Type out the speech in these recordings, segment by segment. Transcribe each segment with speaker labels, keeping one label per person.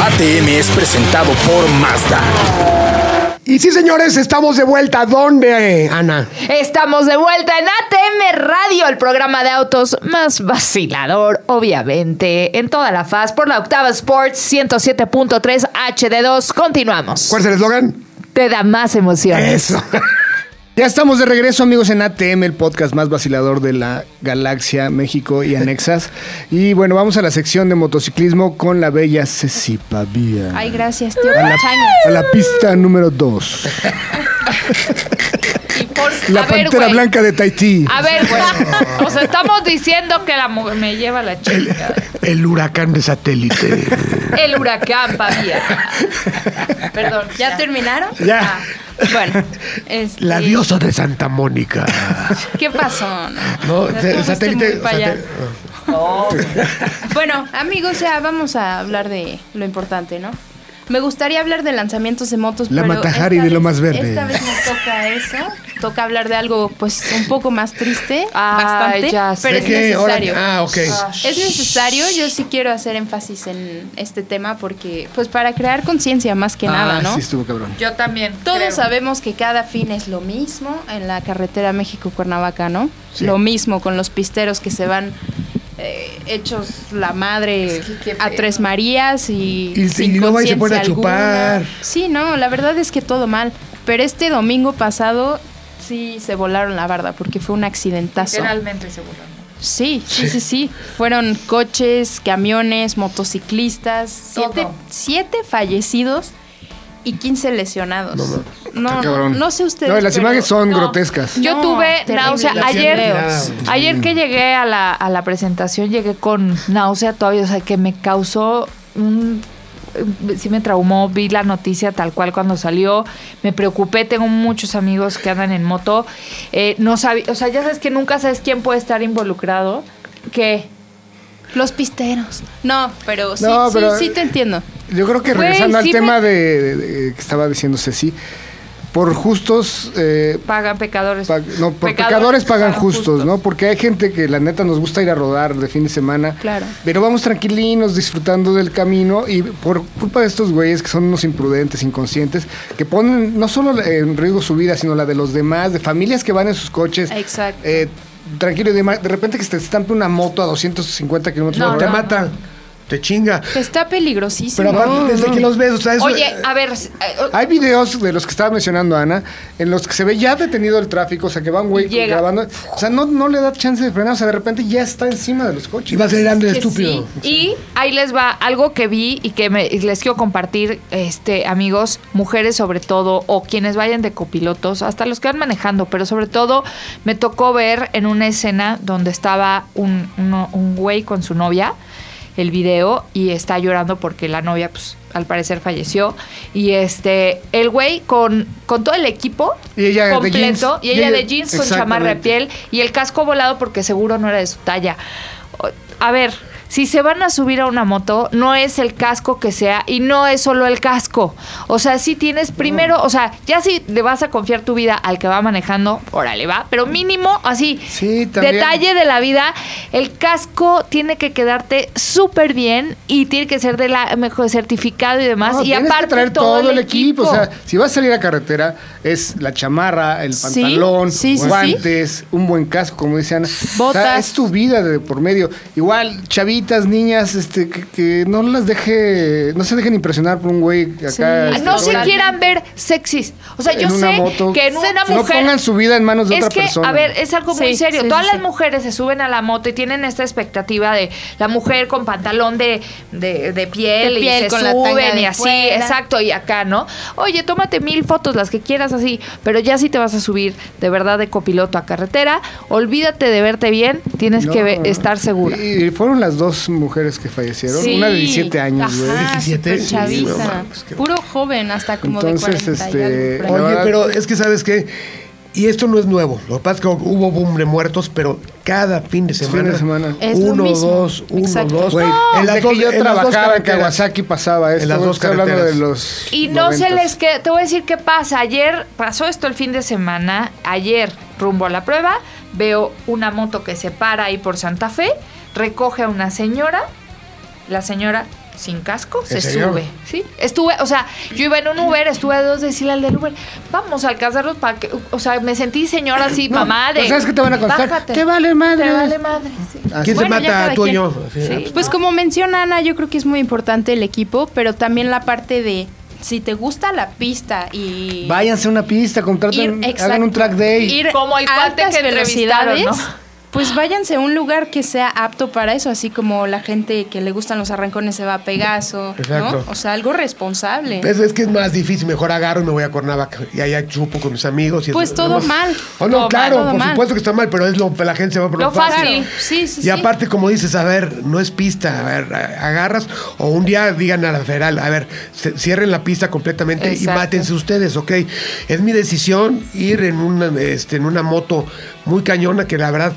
Speaker 1: ATM es presentado por Mazda.
Speaker 2: Y sí, señores, estamos de vuelta. ¿Dónde, Ana?
Speaker 3: Estamos de vuelta en ATM Radio, el programa de autos más vacilador, obviamente, en toda la faz por la Octava Sports 107.3 HD2. Continuamos.
Speaker 2: ¿Cuál es el eslogan?
Speaker 3: Te da más emociones.
Speaker 2: Eso.
Speaker 4: Ya estamos de regreso, amigos, en ATM, el podcast más vacilador de la galaxia, México y anexas. Y bueno, vamos a la sección de motociclismo con la bella Ceci Pavía.
Speaker 5: Ay, gracias, tío.
Speaker 4: a, la,
Speaker 5: Chaña.
Speaker 4: a la pista número 2.
Speaker 3: Y por-
Speaker 4: La
Speaker 3: a ver,
Speaker 4: pantera
Speaker 3: güey.
Speaker 4: blanca de Tahití.
Speaker 3: A ver, güey. O sea, estamos diciendo que la mu- me lleva la chica.
Speaker 2: El huracán de satélite.
Speaker 3: El huracán, papi. Perdón.
Speaker 5: ¿Ya terminaron?
Speaker 4: Ya.
Speaker 5: Ah, bueno, este,
Speaker 2: La diosa de Santa Mónica.
Speaker 5: ¿Qué pasó? No,
Speaker 2: No, sa-
Speaker 5: Ya te fuiste
Speaker 2: satélite.
Speaker 5: muy pa' allá.
Speaker 2: satel-
Speaker 5: Bueno, amigos, ya vamos a hablar de lo importante, ¿no? Me gustaría hablar de lanzamientos de motos,
Speaker 4: La
Speaker 5: pero
Speaker 4: Matajari
Speaker 5: esta
Speaker 4: de lo
Speaker 5: vez-
Speaker 4: más verde.
Speaker 5: Esta vez nos toca eso. Toca hablar de algo, pues, un poco más triste,
Speaker 3: Ay,
Speaker 5: bastante,
Speaker 3: Ah, ya sé.
Speaker 5: pero
Speaker 2: ¿De
Speaker 5: es
Speaker 2: qué? Ahora-
Speaker 5: necesario.
Speaker 2: Ah, ok.
Speaker 5: Es necesario, yo sí quiero hacer énfasis en este tema porque, pues, para crear conciencia más que nada,
Speaker 4: Ah,
Speaker 5: ¿no?
Speaker 4: Sí, estuvo cabrón.
Speaker 3: Yo también.
Speaker 5: Todos
Speaker 3: creo.
Speaker 5: sabemos que cada fin es lo mismo en la carretera México-Cuernavaca, ¿no?
Speaker 4: Sí.
Speaker 5: Lo mismo con los pisteros que se van eh, hechos la madre
Speaker 3: Es que qué
Speaker 5: a
Speaker 3: pedo.
Speaker 5: Tres Marías y,
Speaker 2: Y-
Speaker 5: sin
Speaker 2: y luego ahí se
Speaker 5: conciencia
Speaker 2: ponen a
Speaker 5: alguna.
Speaker 2: chupar.
Speaker 5: Sí, no, la verdad es que todo mal. Pero este domingo pasado sí se volaron la barda porque fue un accidentazo.
Speaker 3: Literalmente seguro.
Speaker 5: Sí, sí, sí, sí. Fueron coches, camiones, motociclistas,
Speaker 3: Todo.
Speaker 5: siete, siete fallecidos y 15 lesionados. No,
Speaker 4: Está
Speaker 5: no, no,
Speaker 4: cabrón.
Speaker 5: sé ustedes.
Speaker 4: No, las
Speaker 5: pero-
Speaker 4: imágenes son
Speaker 3: No.
Speaker 4: grotescas.
Speaker 3: Yo
Speaker 5: No,
Speaker 3: tuve
Speaker 5: terrible.
Speaker 3: náusea.
Speaker 5: La
Speaker 3: Ayer,
Speaker 2: ansiedad.
Speaker 3: ayer que llegué a la, a la presentación, llegué con náusea todavía, o sea, que me causó un... Sí me traumó, vi la noticia tal cual cuando salió, me preocupé, tengo muchos amigos que andan en moto, eh, no sabía, o sea, ya sabes que nunca sabes quién puede estar involucrado, que...
Speaker 5: Los pisteros. No, pero sí,
Speaker 4: No,
Speaker 5: sí,
Speaker 4: pero-
Speaker 5: sí te entiendo.
Speaker 4: Yo creo que
Speaker 3: Güey,
Speaker 4: regresando
Speaker 3: sí
Speaker 4: al
Speaker 3: me-
Speaker 4: tema de, de- de- que estaba diciendo Ceci, por justos, eh,
Speaker 3: Pagan pecadores.
Speaker 4: pa- no, por pecadores, pagan justos, ¿no? Porque hay gente que la neta nos gusta ir a rodar de fin de semana.
Speaker 5: Claro.
Speaker 4: Pero vamos tranquilinos, disfrutando del camino y por culpa de estos güeyes que son unos imprudentes, inconscientes, que ponen no solo en riesgo su vida, sino la de los demás, de familias que van en sus coches.
Speaker 5: Exacto.
Speaker 4: eh, tranquilo, y demás. de repente que se te estampe una moto a 250 kilómetros
Speaker 3: No,
Speaker 4: por
Speaker 2: Te
Speaker 3: no.
Speaker 4: hora.
Speaker 2: mata. Te chinga.
Speaker 5: Está peligrosísimo.
Speaker 2: Pero aparte, desde que los ves, o sea, eso-
Speaker 3: Oye, a ver, eh, eh,
Speaker 4: Hay videos de los que estaba mencionando Ana, en los que se ve ya detenido el tráfico, o sea, que va un güey
Speaker 3: Llega.
Speaker 4: grabando. O sea, no, no le da chance de frenar, o sea, de repente ya está encima de los coches.
Speaker 2: Y va acelerando el
Speaker 5: que
Speaker 2: estúpido.
Speaker 3: Y ahí les va algo que vi y que me- y les quiero compartir, este, amigos, mujeres sobre todo, o quienes vayan de copilotos, hasta los que van manejando, pero sobre todo me tocó ver en una escena donde estaba un, uno- un güey con su novia, el video, y está llorando porque la novia, pues, al parecer falleció. Y este, el güey con, con todo el equipo
Speaker 4: Y ella de
Speaker 3: completo,
Speaker 4: jeans.
Speaker 3: y ella de jeans con chamarra de
Speaker 4: Exactamente.
Speaker 3: piel y el casco volado porque seguro no era de su talla. O- A ver, si se van a subir a una moto, no es el casco que sea y no es solo el casco. O sea, si tienes primero,
Speaker 4: Mm.
Speaker 3: o sea, ya si le vas a confiar tu vida al que va manejando, órale, va, pero mínimo así.
Speaker 4: Sí, también.
Speaker 3: Detalle de la vida, el casco tiene que quedarte súper bien y tiene que ser de la mejor certificado y demás.
Speaker 4: No,
Speaker 3: y
Speaker 4: Ah, tienes que
Speaker 3: aparte
Speaker 4: traer
Speaker 3: todo, el equipo.
Speaker 4: O sea, si vas a salir a carretera, es la chamarra, el
Speaker 5: Sí,
Speaker 4: pantalón,
Speaker 5: sí, sí, sí.
Speaker 4: guantes, un buen casco, como dice Ana. O sea,
Speaker 5: Botas.
Speaker 4: es tu vida de por medio. Igual, chavitas, niñas, este, que, que no las deje, no se dejen impresionar por un güey acá.
Speaker 5: Sí.
Speaker 3: Ah,
Speaker 4: este,
Speaker 3: no se
Speaker 4: todo-
Speaker 3: quieran ver sexys. O sea, yo
Speaker 4: en una
Speaker 3: sé
Speaker 4: moto.
Speaker 3: que en una
Speaker 4: No
Speaker 3: mujer.
Speaker 4: pongan su vida en manos de
Speaker 3: es
Speaker 4: otra
Speaker 3: que,
Speaker 4: persona.
Speaker 3: a ver, es algo muy
Speaker 5: Sí,
Speaker 3: serio.
Speaker 5: sí,
Speaker 3: Todas
Speaker 5: sí,
Speaker 3: las
Speaker 5: sí.
Speaker 3: mujeres se suben a la moto y tienen esta expectativa de la mujer con pantalón de, de, de piel,
Speaker 5: De piel,
Speaker 3: y se
Speaker 5: con la tanga
Speaker 3: suben
Speaker 5: de
Speaker 3: y así,
Speaker 5: fuera.
Speaker 3: exacto, y acá, ¿no? Oye, tómate mil fotos, las que quieras así, pero ya si te vas a subir de verdad de copiloto a carretera, olvídate de verte bien, tienes
Speaker 4: No,
Speaker 3: que
Speaker 4: no.
Speaker 3: ve- estar segura.
Speaker 4: Y fueron las dos mujeres que fallecieron.
Speaker 5: Sí.
Speaker 4: Una de 17 años, güey.
Speaker 5: Ajá,
Speaker 2: 17,
Speaker 5: súper chaviza.
Speaker 2: sí, no mames, qué-
Speaker 5: Puro joven, hasta como
Speaker 4: Entonces,
Speaker 5: de 40 y
Speaker 4: este,
Speaker 5: algo por ahí.
Speaker 2: Oye,
Speaker 4: verdad-
Speaker 2: pero es que sabes qué, y esto no es nuevo. Lo que pasa es que hubo boom de muertos, pero cada fin de semana,
Speaker 4: Este de semana.
Speaker 5: Es lo
Speaker 2: uno,
Speaker 5: mismo.
Speaker 2: dos, uno,
Speaker 5: Exacto.
Speaker 2: dos.
Speaker 4: Güey,
Speaker 2: en las
Speaker 4: desde
Speaker 2: dos,
Speaker 4: que yo
Speaker 2: en las dos
Speaker 4: trabajaba en
Speaker 2: carreteras.
Speaker 4: Kawasaki pasaba esto.
Speaker 2: En las dos
Speaker 4: estoy hablando de
Speaker 2: carreteras.
Speaker 4: los
Speaker 3: Y no se
Speaker 4: noventas.
Speaker 3: les queda. Te voy a decir qué pasa. Ayer pasó esto el fin de semana. Ayer, rumbo a la prueba, veo una moto que se para ahí por Santa Fe, recoge a una señora. La señora sin casco se
Speaker 2: serio?
Speaker 3: sube. Sí, estuve, o sea, yo iba en un Uber, estuve a dos de decirle al del Uber, vamos a alcanzarlos para que, o sea, me sentí señora así,
Speaker 4: No,
Speaker 3: mamá de.
Speaker 4: pues, ¿sabes qué te van a contestar? Te vale madre.
Speaker 3: Te vale madre. sí.
Speaker 4: Así.
Speaker 2: ¿Quién
Speaker 5: Bueno,
Speaker 2: se
Speaker 5: ya
Speaker 2: mata
Speaker 5: cada
Speaker 2: tú o
Speaker 5: quien.
Speaker 2: yo? Así,
Speaker 3: Sí.
Speaker 2: ah,
Speaker 5: Pues como menciona Ana, yo creo que es muy importante el equipo, pero también la parte de si te gusta la pista y
Speaker 4: Váyanse a una pista, contraten,
Speaker 5: Ir, exacto.
Speaker 4: hagan un track day.
Speaker 3: Ir Como el
Speaker 5: a
Speaker 3: cuate
Speaker 5: altas
Speaker 3: que entrevistaron,
Speaker 5: velocidades,
Speaker 3: ¿no?
Speaker 5: Pues váyanse a un lugar que sea apto para eso, así como la gente que le gustan los arrancones se va a Pegaso,
Speaker 2: Exacto.
Speaker 5: ¿no? O sea, algo responsable.
Speaker 2: Pues es que es más difícil, mejor agarro y me voy a Cuernavaca y allá chupo con mis amigos. Y
Speaker 5: Pues
Speaker 2: es-
Speaker 5: todo
Speaker 2: nomás-
Speaker 5: mal.
Speaker 2: Oh, no,
Speaker 5: Todo
Speaker 2: claro,
Speaker 5: mal, todo
Speaker 2: por
Speaker 5: mal.
Speaker 2: supuesto que está mal, pero es lo la gente se va por
Speaker 3: Lo fácil.
Speaker 5: Claro, sí, sí,
Speaker 2: Y
Speaker 5: sí.
Speaker 2: aparte, como dices, a ver, no es pista, a ver, a- agarras o un día digan a la federal, a ver, se- cierren la pista completamente y
Speaker 3: Exacto.
Speaker 2: mátense ustedes, ¿ok? Es mi decisión ir en una, este, en una moto muy cañona que la verdad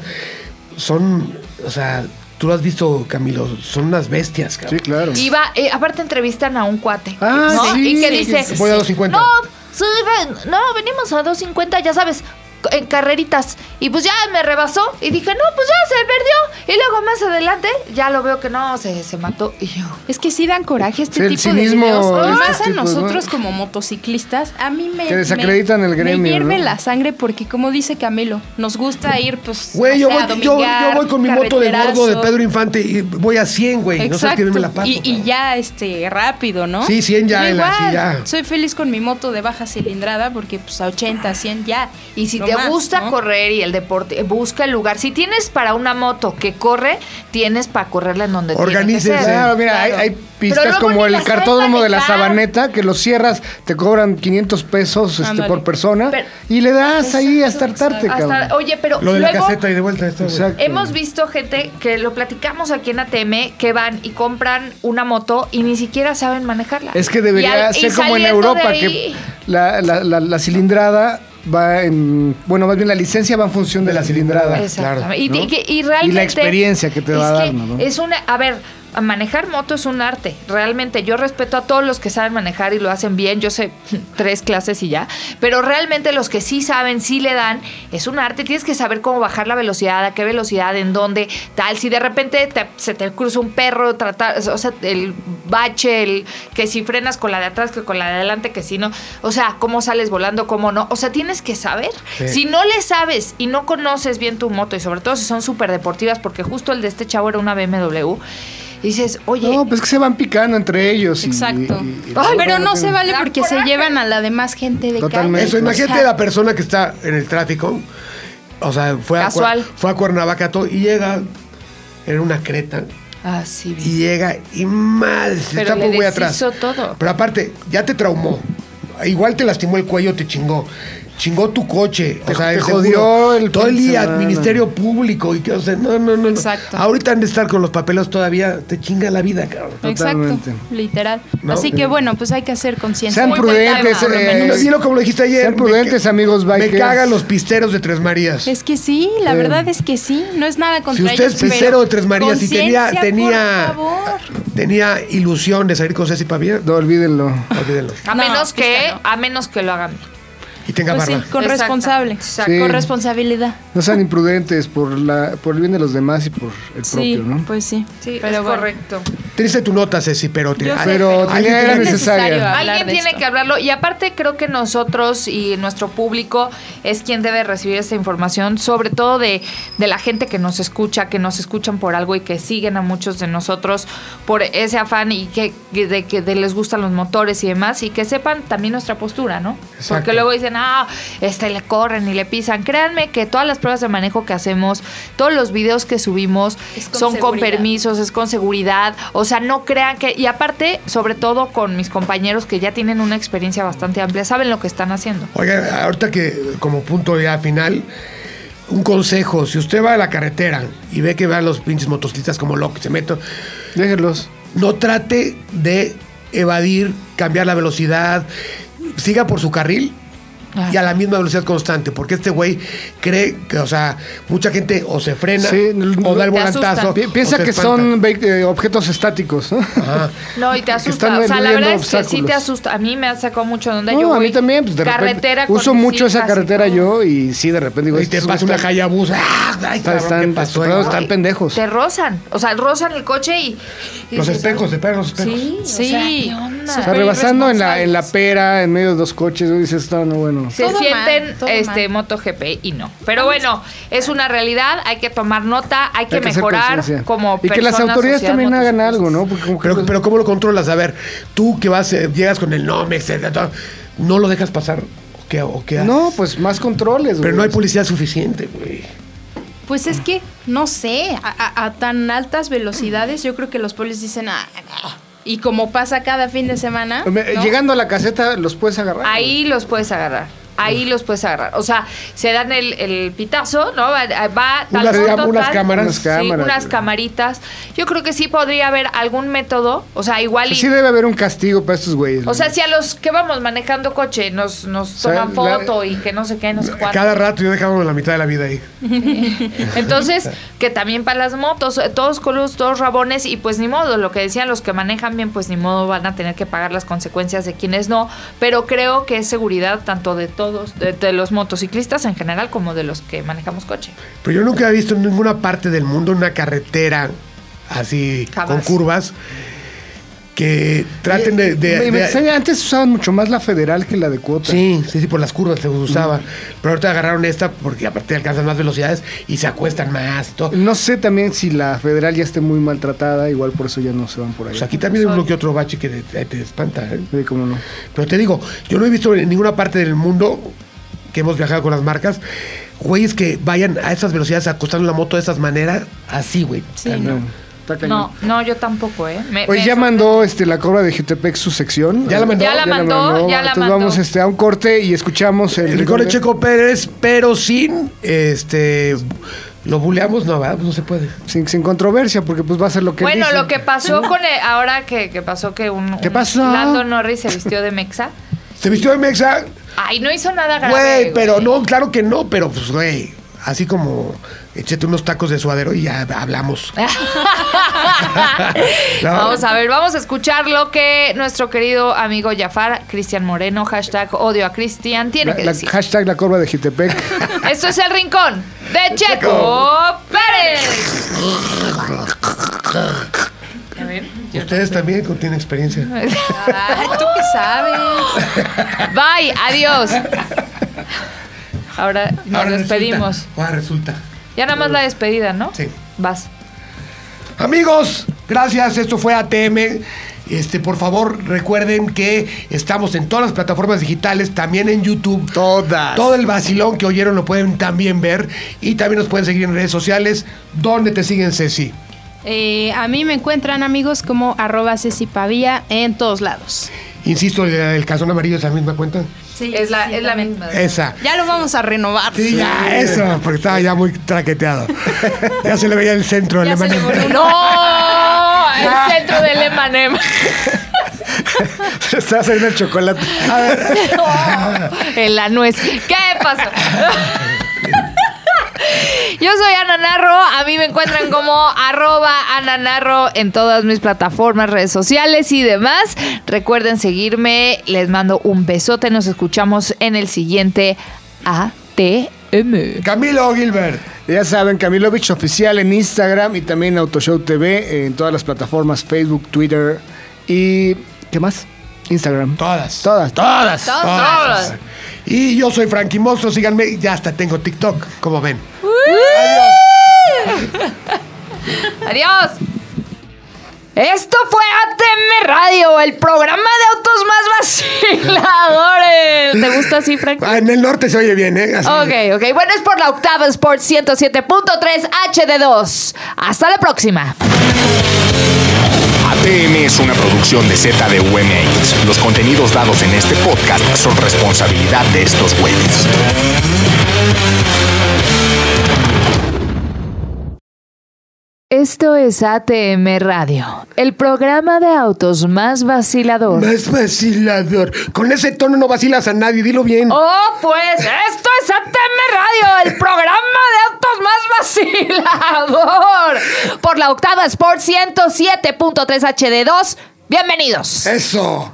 Speaker 2: son, o sea, tú lo has visto, Camilo, son unas bestias,
Speaker 4: Sí,
Speaker 2: cabrón.
Speaker 4: claro.
Speaker 3: Iba, eh, aparte entrevistan a un cuate.
Speaker 4: Ah,
Speaker 3: ¿no?
Speaker 4: sí,
Speaker 3: y que
Speaker 4: sí,
Speaker 3: dice,
Speaker 4: sí,
Speaker 2: Voy a 250.
Speaker 3: No, sí, ven- no, venimos a 250, ya sabes, en carreritas. Y pues ya me rebasó y dije, no, pues ya se perdió. Y luego más adelante ya lo veo que no, se, se mató. Y yo,
Speaker 5: Es que sí dan coraje este
Speaker 4: Sí, el
Speaker 5: tipo
Speaker 4: cinismo
Speaker 5: de videos.
Speaker 4: de
Speaker 5: Y
Speaker 2: este
Speaker 4: estos
Speaker 5: más a
Speaker 4: tipos,
Speaker 5: nosotros
Speaker 4: ¿no?
Speaker 5: como motociclistas, a mí me
Speaker 4: Que desacreditan
Speaker 5: me-
Speaker 4: el gremio,
Speaker 5: Me hierve
Speaker 4: ¿no?
Speaker 5: la sangre porque como dice Camilo, nos gusta ir pues
Speaker 2: Güey, yo,
Speaker 5: no sé, a
Speaker 2: voy- yo-
Speaker 5: dominguear,
Speaker 2: yo voy con mi moto de
Speaker 5: carreterazo.
Speaker 2: gordo de Pedro Infante y voy a 100, güey. No sabes
Speaker 5: Exacto.
Speaker 2: que me la paso.
Speaker 5: y, y
Speaker 2: cabrón.
Speaker 5: ya este rápido, ¿no?
Speaker 2: Sí, 100 ya,
Speaker 5: Yo
Speaker 2: en la- sí,
Speaker 5: igual,
Speaker 2: ya.
Speaker 5: Soy feliz con mi moto de baja cilindrada porque pues a 80, 100 ya.
Speaker 3: Y si
Speaker 5: No
Speaker 3: te
Speaker 5: más,
Speaker 3: gusta
Speaker 5: ¿no?
Speaker 3: correr y el deporte, eh, busca el lugar. Si tienes para una moto que corre, tienes para correrla en donde
Speaker 2: Organícense.
Speaker 3: tiene que ser.
Speaker 4: Claro, mira, hay, hay
Speaker 3: Pero
Speaker 4: pistas
Speaker 3: luego
Speaker 4: como
Speaker 3: ni
Speaker 4: el
Speaker 3: las
Speaker 4: cartódromo
Speaker 3: saben
Speaker 4: de la
Speaker 3: manejar.
Speaker 4: sabaneta, que lo cierras, te cobran 500 pesos este,
Speaker 5: Ándale.
Speaker 4: por persona
Speaker 3: Pero-
Speaker 4: y le das ahí hasta
Speaker 5: Exacto,
Speaker 4: hartarte,
Speaker 3: Hasta-
Speaker 4: este cabrón.
Speaker 3: oye, pero
Speaker 2: Lo de la
Speaker 3: luego
Speaker 2: caseta y de vuelta. Está, güey.
Speaker 4: Exacto.
Speaker 3: hemos visto gente que lo platicamos aquí en ATM que van y compran una moto y ni siquiera saben manejarla.
Speaker 4: Es que
Speaker 3: Y
Speaker 4: debería
Speaker 3: al- y
Speaker 4: ser como en
Speaker 3: saliendo de
Speaker 4: Europa, que Ah,
Speaker 3: ahí-
Speaker 4: la, la- la- la cilindrada va en. Bueno, más bien la licencia va en función de la cilindrada.
Speaker 3: Exactamente. y,
Speaker 4: ¿no?
Speaker 3: y que- y
Speaker 4: Y
Speaker 3: realmente.
Speaker 4: la experiencia que te va
Speaker 3: es
Speaker 4: a dar,
Speaker 3: que
Speaker 4: ¿no?
Speaker 3: Es una. A ver, a manejar moto es un arte. Realmente, yo respeto a todos los que saben manejar y lo hacen bien. Yo sé tres clases y ya. Pero realmente, los que sí saben, sí le dan, es un arte. Tienes que saber cómo bajar la velocidad, a qué velocidad, en dónde, tal. Si de repente te- se te cruza un perro, tratar. O sea, el bache, el que si frenas con la de atrás, que con la de adelante, que si no. O sea, cómo sales volando, cómo no. O sea, tienes que saber.
Speaker 2: Sí.
Speaker 3: Si no le sabes y no conoces bien tu moto, y sobre todo si son súper deportivas, porque justo el de este chavo era una BMW, dices, oye,
Speaker 4: No, pues que se van picando entre ellos. y-
Speaker 5: Exacto.
Speaker 4: y- y-
Speaker 5: Ay, pero no se vale
Speaker 3: Da
Speaker 5: porque se
Speaker 3: coraje.
Speaker 5: llevan a la demás gente de
Speaker 4: Totalmente.
Speaker 5: calle.
Speaker 2: Eso, imagínate
Speaker 5: O sea,
Speaker 2: la persona que está en el tráfico, o sea, fue, a,
Speaker 3: Casual.
Speaker 2: Cuer- fue a Cuernavaca todo, y llega en una creta,
Speaker 3: así bien.
Speaker 2: y llega, y mal, se
Speaker 3: Pero
Speaker 2: está
Speaker 3: le
Speaker 2: por muy atrás.
Speaker 3: deshizo todo.
Speaker 2: Pero aparte, ya te traumó, igual te lastimó el cuello, te chingó. Chingó tu coche,
Speaker 4: Te-
Speaker 2: o sea,
Speaker 4: te
Speaker 2: el
Speaker 4: jodió
Speaker 2: seguro,
Speaker 4: el
Speaker 2: todo el
Speaker 4: fin de
Speaker 2: día,
Speaker 4: semana.
Speaker 2: Ministerio Público, y que, o sea, no, no, no, no.
Speaker 5: Exacto.
Speaker 2: Ahorita han de estar con los papeles todavía, te chinga la vida, cabrón.
Speaker 5: Exacto,
Speaker 4: Totalmente.
Speaker 5: literal.
Speaker 2: No.
Speaker 5: Así que bueno, pues hay que hacer conciencia.
Speaker 4: Sean
Speaker 3: Muy
Speaker 4: prudentes.
Speaker 3: buen tema,
Speaker 4: eh,
Speaker 2: Dilo- Dilo como lo dijiste ayer.
Speaker 4: sean
Speaker 2: me
Speaker 4: prudentes,
Speaker 2: ca-
Speaker 4: amigos
Speaker 2: Me
Speaker 4: bikers.
Speaker 2: cagan los pisteros de Tres Marías.
Speaker 5: Es que sí, la
Speaker 4: Sí.
Speaker 5: verdad es que sí, no es nada
Speaker 2: Si
Speaker 5: contra
Speaker 2: usted es
Speaker 5: ellos, pero
Speaker 2: pizzero de Tres Marías y tenía,
Speaker 5: conciencia,
Speaker 2: tenía,
Speaker 5: por favor.
Speaker 2: tenía ilusión de salir con Ceci Pavía,
Speaker 4: No, olvídenlo.
Speaker 2: olvídenlo.
Speaker 3: A
Speaker 5: No,
Speaker 3: menos que,
Speaker 5: pista no.
Speaker 3: a menos que lo hagan.
Speaker 2: Y tenga
Speaker 5: Pues sí,
Speaker 2: barba.
Speaker 5: con
Speaker 3: Exacto.
Speaker 5: responsable,
Speaker 3: Exacto.
Speaker 4: Sí.
Speaker 5: con responsabilidad.
Speaker 4: No sean imprudentes por la por el bien de los demás y por el
Speaker 5: Sí,
Speaker 4: propio, ¿no?
Speaker 5: pues sí.
Speaker 3: Sí,
Speaker 5: pero
Speaker 3: es
Speaker 5: bueno.
Speaker 3: correcto.
Speaker 2: Triste tu nota, Ceci, pero... te-
Speaker 5: Yo sé,
Speaker 4: pero
Speaker 2: alguien
Speaker 4: tenía-
Speaker 2: tiene
Speaker 4: era
Speaker 2: que-
Speaker 5: neces-
Speaker 4: necesaria.
Speaker 5: hablar
Speaker 3: Alguien
Speaker 5: de
Speaker 3: tiene
Speaker 5: esto.
Speaker 3: que hablarlo y aparte creo que nosotros y nuestro público es quien debe recibir esta información, sobre todo de, de la gente que nos escucha, que nos escuchan por algo y que siguen a muchos de nosotros por ese afán y que, que- de que de les gustan los motores y demás y que sepan también nuestra postura, ¿no?
Speaker 2: Exacto.
Speaker 3: Porque luego dicen, ah, este le corren y le pisan. Créanme que todas las pruebas de manejo que hacemos, todos los videos que subimos
Speaker 5: Es con
Speaker 3: son con
Speaker 5: seguridad.
Speaker 3: permiso permisos, es con seguridad. O sea, no crean que. Y aparte, sobre todo con mis compañeros que ya tienen una experiencia bastante amplia, saben lo que están haciendo.
Speaker 2: Oiga, ahorita que como punto ya final, un consejo. Si usted va a la carretera y ve que van los pinches motociclistas como locos, se meten,
Speaker 4: Déjenlos.
Speaker 2: no trate de evadir, cambiar la velocidad, siga por su carril
Speaker 3: Ah.
Speaker 2: y a la misma velocidad constante, porque este güey cree que, o sea, mucha gente o se frena
Speaker 4: Sí,
Speaker 2: o da el
Speaker 3: te asustan.
Speaker 2: volantazo.
Speaker 4: Pi-
Speaker 2: o
Speaker 4: piensa
Speaker 2: se
Speaker 4: que
Speaker 2: espanta.
Speaker 4: son ve- eh, objetos estáticos, ¿no?
Speaker 2: Ajá.
Speaker 3: No, y te
Speaker 4: están
Speaker 3: asusta. O sea, la
Speaker 4: eludiendo
Speaker 3: verdad es que sí
Speaker 4: obstáculos.
Speaker 3: te asusta. A mí me sacó mucho donde
Speaker 4: No,
Speaker 3: yo.
Speaker 4: a
Speaker 3: voy
Speaker 4: mí también, pues de repente
Speaker 3: carretera con
Speaker 4: uso
Speaker 3: mis
Speaker 4: mucho esa
Speaker 3: hijas y
Speaker 4: carretera
Speaker 3: todo.
Speaker 4: yo y sí, de repente digo,
Speaker 2: Y te
Speaker 4: estos
Speaker 2: pasa una
Speaker 4: güeyes
Speaker 2: hayabusa. ¡ah! Ay,
Speaker 4: Están,
Speaker 2: cabrón, ¿qué
Speaker 4: están,
Speaker 2: pasó ahí?
Speaker 4: están- están pendejos.
Speaker 3: Te rozan. O sea, rozan el coche y. y
Speaker 2: Los
Speaker 3: dices,
Speaker 2: espejos, se pegan los espejos.
Speaker 3: Sí, sí.
Speaker 5: onda?
Speaker 3: súper
Speaker 4: O sea, rebasando en la, en la
Speaker 3: irresponsables.
Speaker 4: pera, en medio de dos coches, güey, dices, está no bueno.
Speaker 3: se
Speaker 5: Todo mal,
Speaker 3: sienten
Speaker 5: todo
Speaker 3: este MotoGP y no. Pero bueno, es una realidad, hay que tomar nota, hay que
Speaker 4: Hay que hacer
Speaker 3: mejorar
Speaker 4: conciencia.
Speaker 3: como
Speaker 4: Y que las
Speaker 3: personas,
Speaker 4: autoridades
Speaker 3: sociedad,
Speaker 4: también hagan algo, ¿no? Porque
Speaker 3: motociclistas.
Speaker 4: como que-
Speaker 2: Pero, pero ¿cómo lo controlas? A ver, tú que vas, eh, llegas con el nombre, etcétera, no lo dejas pasar. ¿O qué, o qué haces?
Speaker 4: no, pues más controles,
Speaker 2: Pero
Speaker 4: güey.
Speaker 2: no hay policía suficiente, güey.
Speaker 5: Pues es que, no sé, a, a- a tan altas velocidades, yo creo que los polis dicen, "Ah, ah". y como pasa cada fin de semana.
Speaker 4: Me-
Speaker 5: ¿no?
Speaker 4: Llegando a la caseta, los puedes agarrar.
Speaker 3: Ahí los puedes agarrar. Ahí los puedes agarrar. O sea, se dan el, el pitazo, ¿no? Va, eh, va tal
Speaker 2: Unas-
Speaker 3: foto,
Speaker 2: unas
Speaker 3: tal.
Speaker 2: cámaras.
Speaker 4: Unas
Speaker 3: Sí,
Speaker 4: cámaras,
Speaker 3: unas
Speaker 4: güey.
Speaker 3: camaritas. Yo creo que sí podría haber algún método. O sea, igual
Speaker 4: güey.
Speaker 3: y.
Speaker 4: Sí debe haber un castigo para estos güeyes.
Speaker 3: o sea,
Speaker 4: güey.
Speaker 3: si a los que vamos manejando coche nos, nos
Speaker 4: sea,
Speaker 3: toman
Speaker 4: la-
Speaker 3: foto y que no sé qué, no sé cuánto.
Speaker 2: Cada rato yo dejaba la mitad de la vida ahí.
Speaker 3: Entonces, que también para las motos, eh, todos coludos, todos rabones, y pues ni modo, lo que decían los que manejan bien, pues ni modo van a tener que pagar las consecuencias de quienes no, pero creo que es seguridad tanto de todos, de, de los motociclistas en general como de los que manejamos coche.
Speaker 2: Pero yo nunca he visto en ninguna parte del mundo una carretera así
Speaker 3: Jamás.
Speaker 2: con curvas que traten de... de-
Speaker 4: Me- me
Speaker 2: de-
Speaker 4: extraña, antes usaban mucho más la federal que la de cuota.
Speaker 2: sí, sí, sí, por las curvas se usaba. Pero ahorita agarraron esta porque aparte alcanzan más velocidades y se acuestan más. y todo.
Speaker 4: No sé también si la federal ya esté muy maltratada, igual por eso ya no se van por ahí.
Speaker 2: Pues aquí también hay uno que otro bache que te, te espanta. ¿eh?
Speaker 4: Sí, cómo no.
Speaker 2: Pero te digo, yo no he visto en ninguna parte del mundo que hemos viajado con las marcas, güeyes que vayan a esas velocidades acostando la moto de esas maneras, así, güey.
Speaker 5: Sí,
Speaker 2: Tan-
Speaker 4: No, está cañón.
Speaker 3: No, no, yo tampoco, ¿eh? Me-
Speaker 4: Hoy
Speaker 3: me
Speaker 4: ya
Speaker 3: sorprende.
Speaker 4: mandó este, la cobra de Jutepec su sección.
Speaker 2: Ya la mandó.
Speaker 3: Ya la mandó, ya la
Speaker 4: Entonces
Speaker 3: mandó.
Speaker 4: vamos este, a un corte y escuchamos el,
Speaker 2: El licor
Speaker 4: rigor
Speaker 2: de Checo Pérez, pero sin, este, lo buleamos, no, ¿verdad? Pues no se puede.
Speaker 4: Sin, sin controversia, porque pues va a ser lo que él
Speaker 3: Bueno,
Speaker 4: dice.
Speaker 3: lo que pasó con el- ahora que, que pasó que un,
Speaker 4: ¿Qué
Speaker 3: un
Speaker 4: pasó?
Speaker 3: Lando Norris se vistió de mexa.
Speaker 2: Se vistió de mexa,
Speaker 3: Ay, no hizo nada grave.
Speaker 2: güey, pero no, claro que no, pero pues, güey, así como échate unos tacos de suadero y ya hablamos. No.
Speaker 3: Vamos a ver, vamos a escuchar lo que nuestro querido amigo Jafar, Cristian Moreno, hashtag odio a Cristian, tiene
Speaker 4: La-
Speaker 3: que
Speaker 4: la-
Speaker 3: decir.
Speaker 4: hashtag la cobra de Jutepec.
Speaker 3: Esto es El Rincón de Checo Pérez. A ver.
Speaker 2: Ustedes también con- tienen experiencia.
Speaker 5: Ay, tú qué sabes.
Speaker 3: Bye, adiós. Ahora nos
Speaker 2: Ahora resulta,
Speaker 3: despedimos.
Speaker 2: Ahora resulta.
Speaker 3: Ya nada más la despedida, ¿no?
Speaker 2: Sí.
Speaker 3: Vas.
Speaker 2: Amigos, gracias. Esto fue ATM. Este, por favor, recuerden que estamos en todas las plataformas digitales, también en YouTube.
Speaker 4: Todas.
Speaker 2: Todo el vacilón que oyeron lo pueden también ver. Y también nos pueden seguir en redes sociales. ¿Dónde te siguen, Ceci?
Speaker 5: Eh, a mí me encuentran amigos como arroba Ceci Pavía en todos lados.
Speaker 2: Insisto, el, el calzón amarillo es la misma cuenta.
Speaker 5: Sí,
Speaker 3: es la, es la misma.
Speaker 2: Esa.
Speaker 5: Ya lo vamos a renovar.
Speaker 2: Sí, ya, eso, porque estaba ya muy traqueteado. ya se le veía el centro
Speaker 5: Ya se
Speaker 2: alemán.
Speaker 5: le voló un
Speaker 3: ¡No! El centro del Emanem.
Speaker 4: Está haciendo el chocolate.
Speaker 3: en la nuez. ¿Qué pasó? Yo soy Ana Narro, a mí me encuentran como arroba Ana Narro en todas mis plataformas, redes sociales y demás. Recuerden seguirme, les mando un besote, nos escuchamos en el siguiente ATM.
Speaker 2: Camilo Gilbert.
Speaker 4: Ya saben, Camilovich Oficial en Instagram y también Autoshow TV en todas las plataformas Facebook, Twitter y... ¿Qué más? Instagram.
Speaker 2: Todas.
Speaker 4: Todas, todas.
Speaker 3: Todos.
Speaker 2: Ah, Y yo soy Frankie Monstruo, síganme, ya hasta tengo TikTok, como ven.
Speaker 3: Adiós. Esto fue ATM Radio, el programa de autos más vaciladores. ¿Te gusta así, Frank?
Speaker 2: Ah, en el norte se oye bien, ¿eh?
Speaker 6: Oh.
Speaker 2: Así.
Speaker 3: Ok, ok. Bueno, es por la octava Sports 107.3 HD2. Hasta la próxima.
Speaker 1: ATM es una producción de ZDUMX. Los contenidos dados en este podcast son responsabilidad de estos güeyes.
Speaker 3: Esto es ATM Radio, el programa de autos más vacilador.
Speaker 2: Más vacilador. Con ese tono no vacilas a nadie, dilo bien.
Speaker 3: Oh, pues esto es ATM Radio, el programa de autos más vacilador. Por la octava Sport 107.3 HD2. Bienvenidos.
Speaker 2: Eso.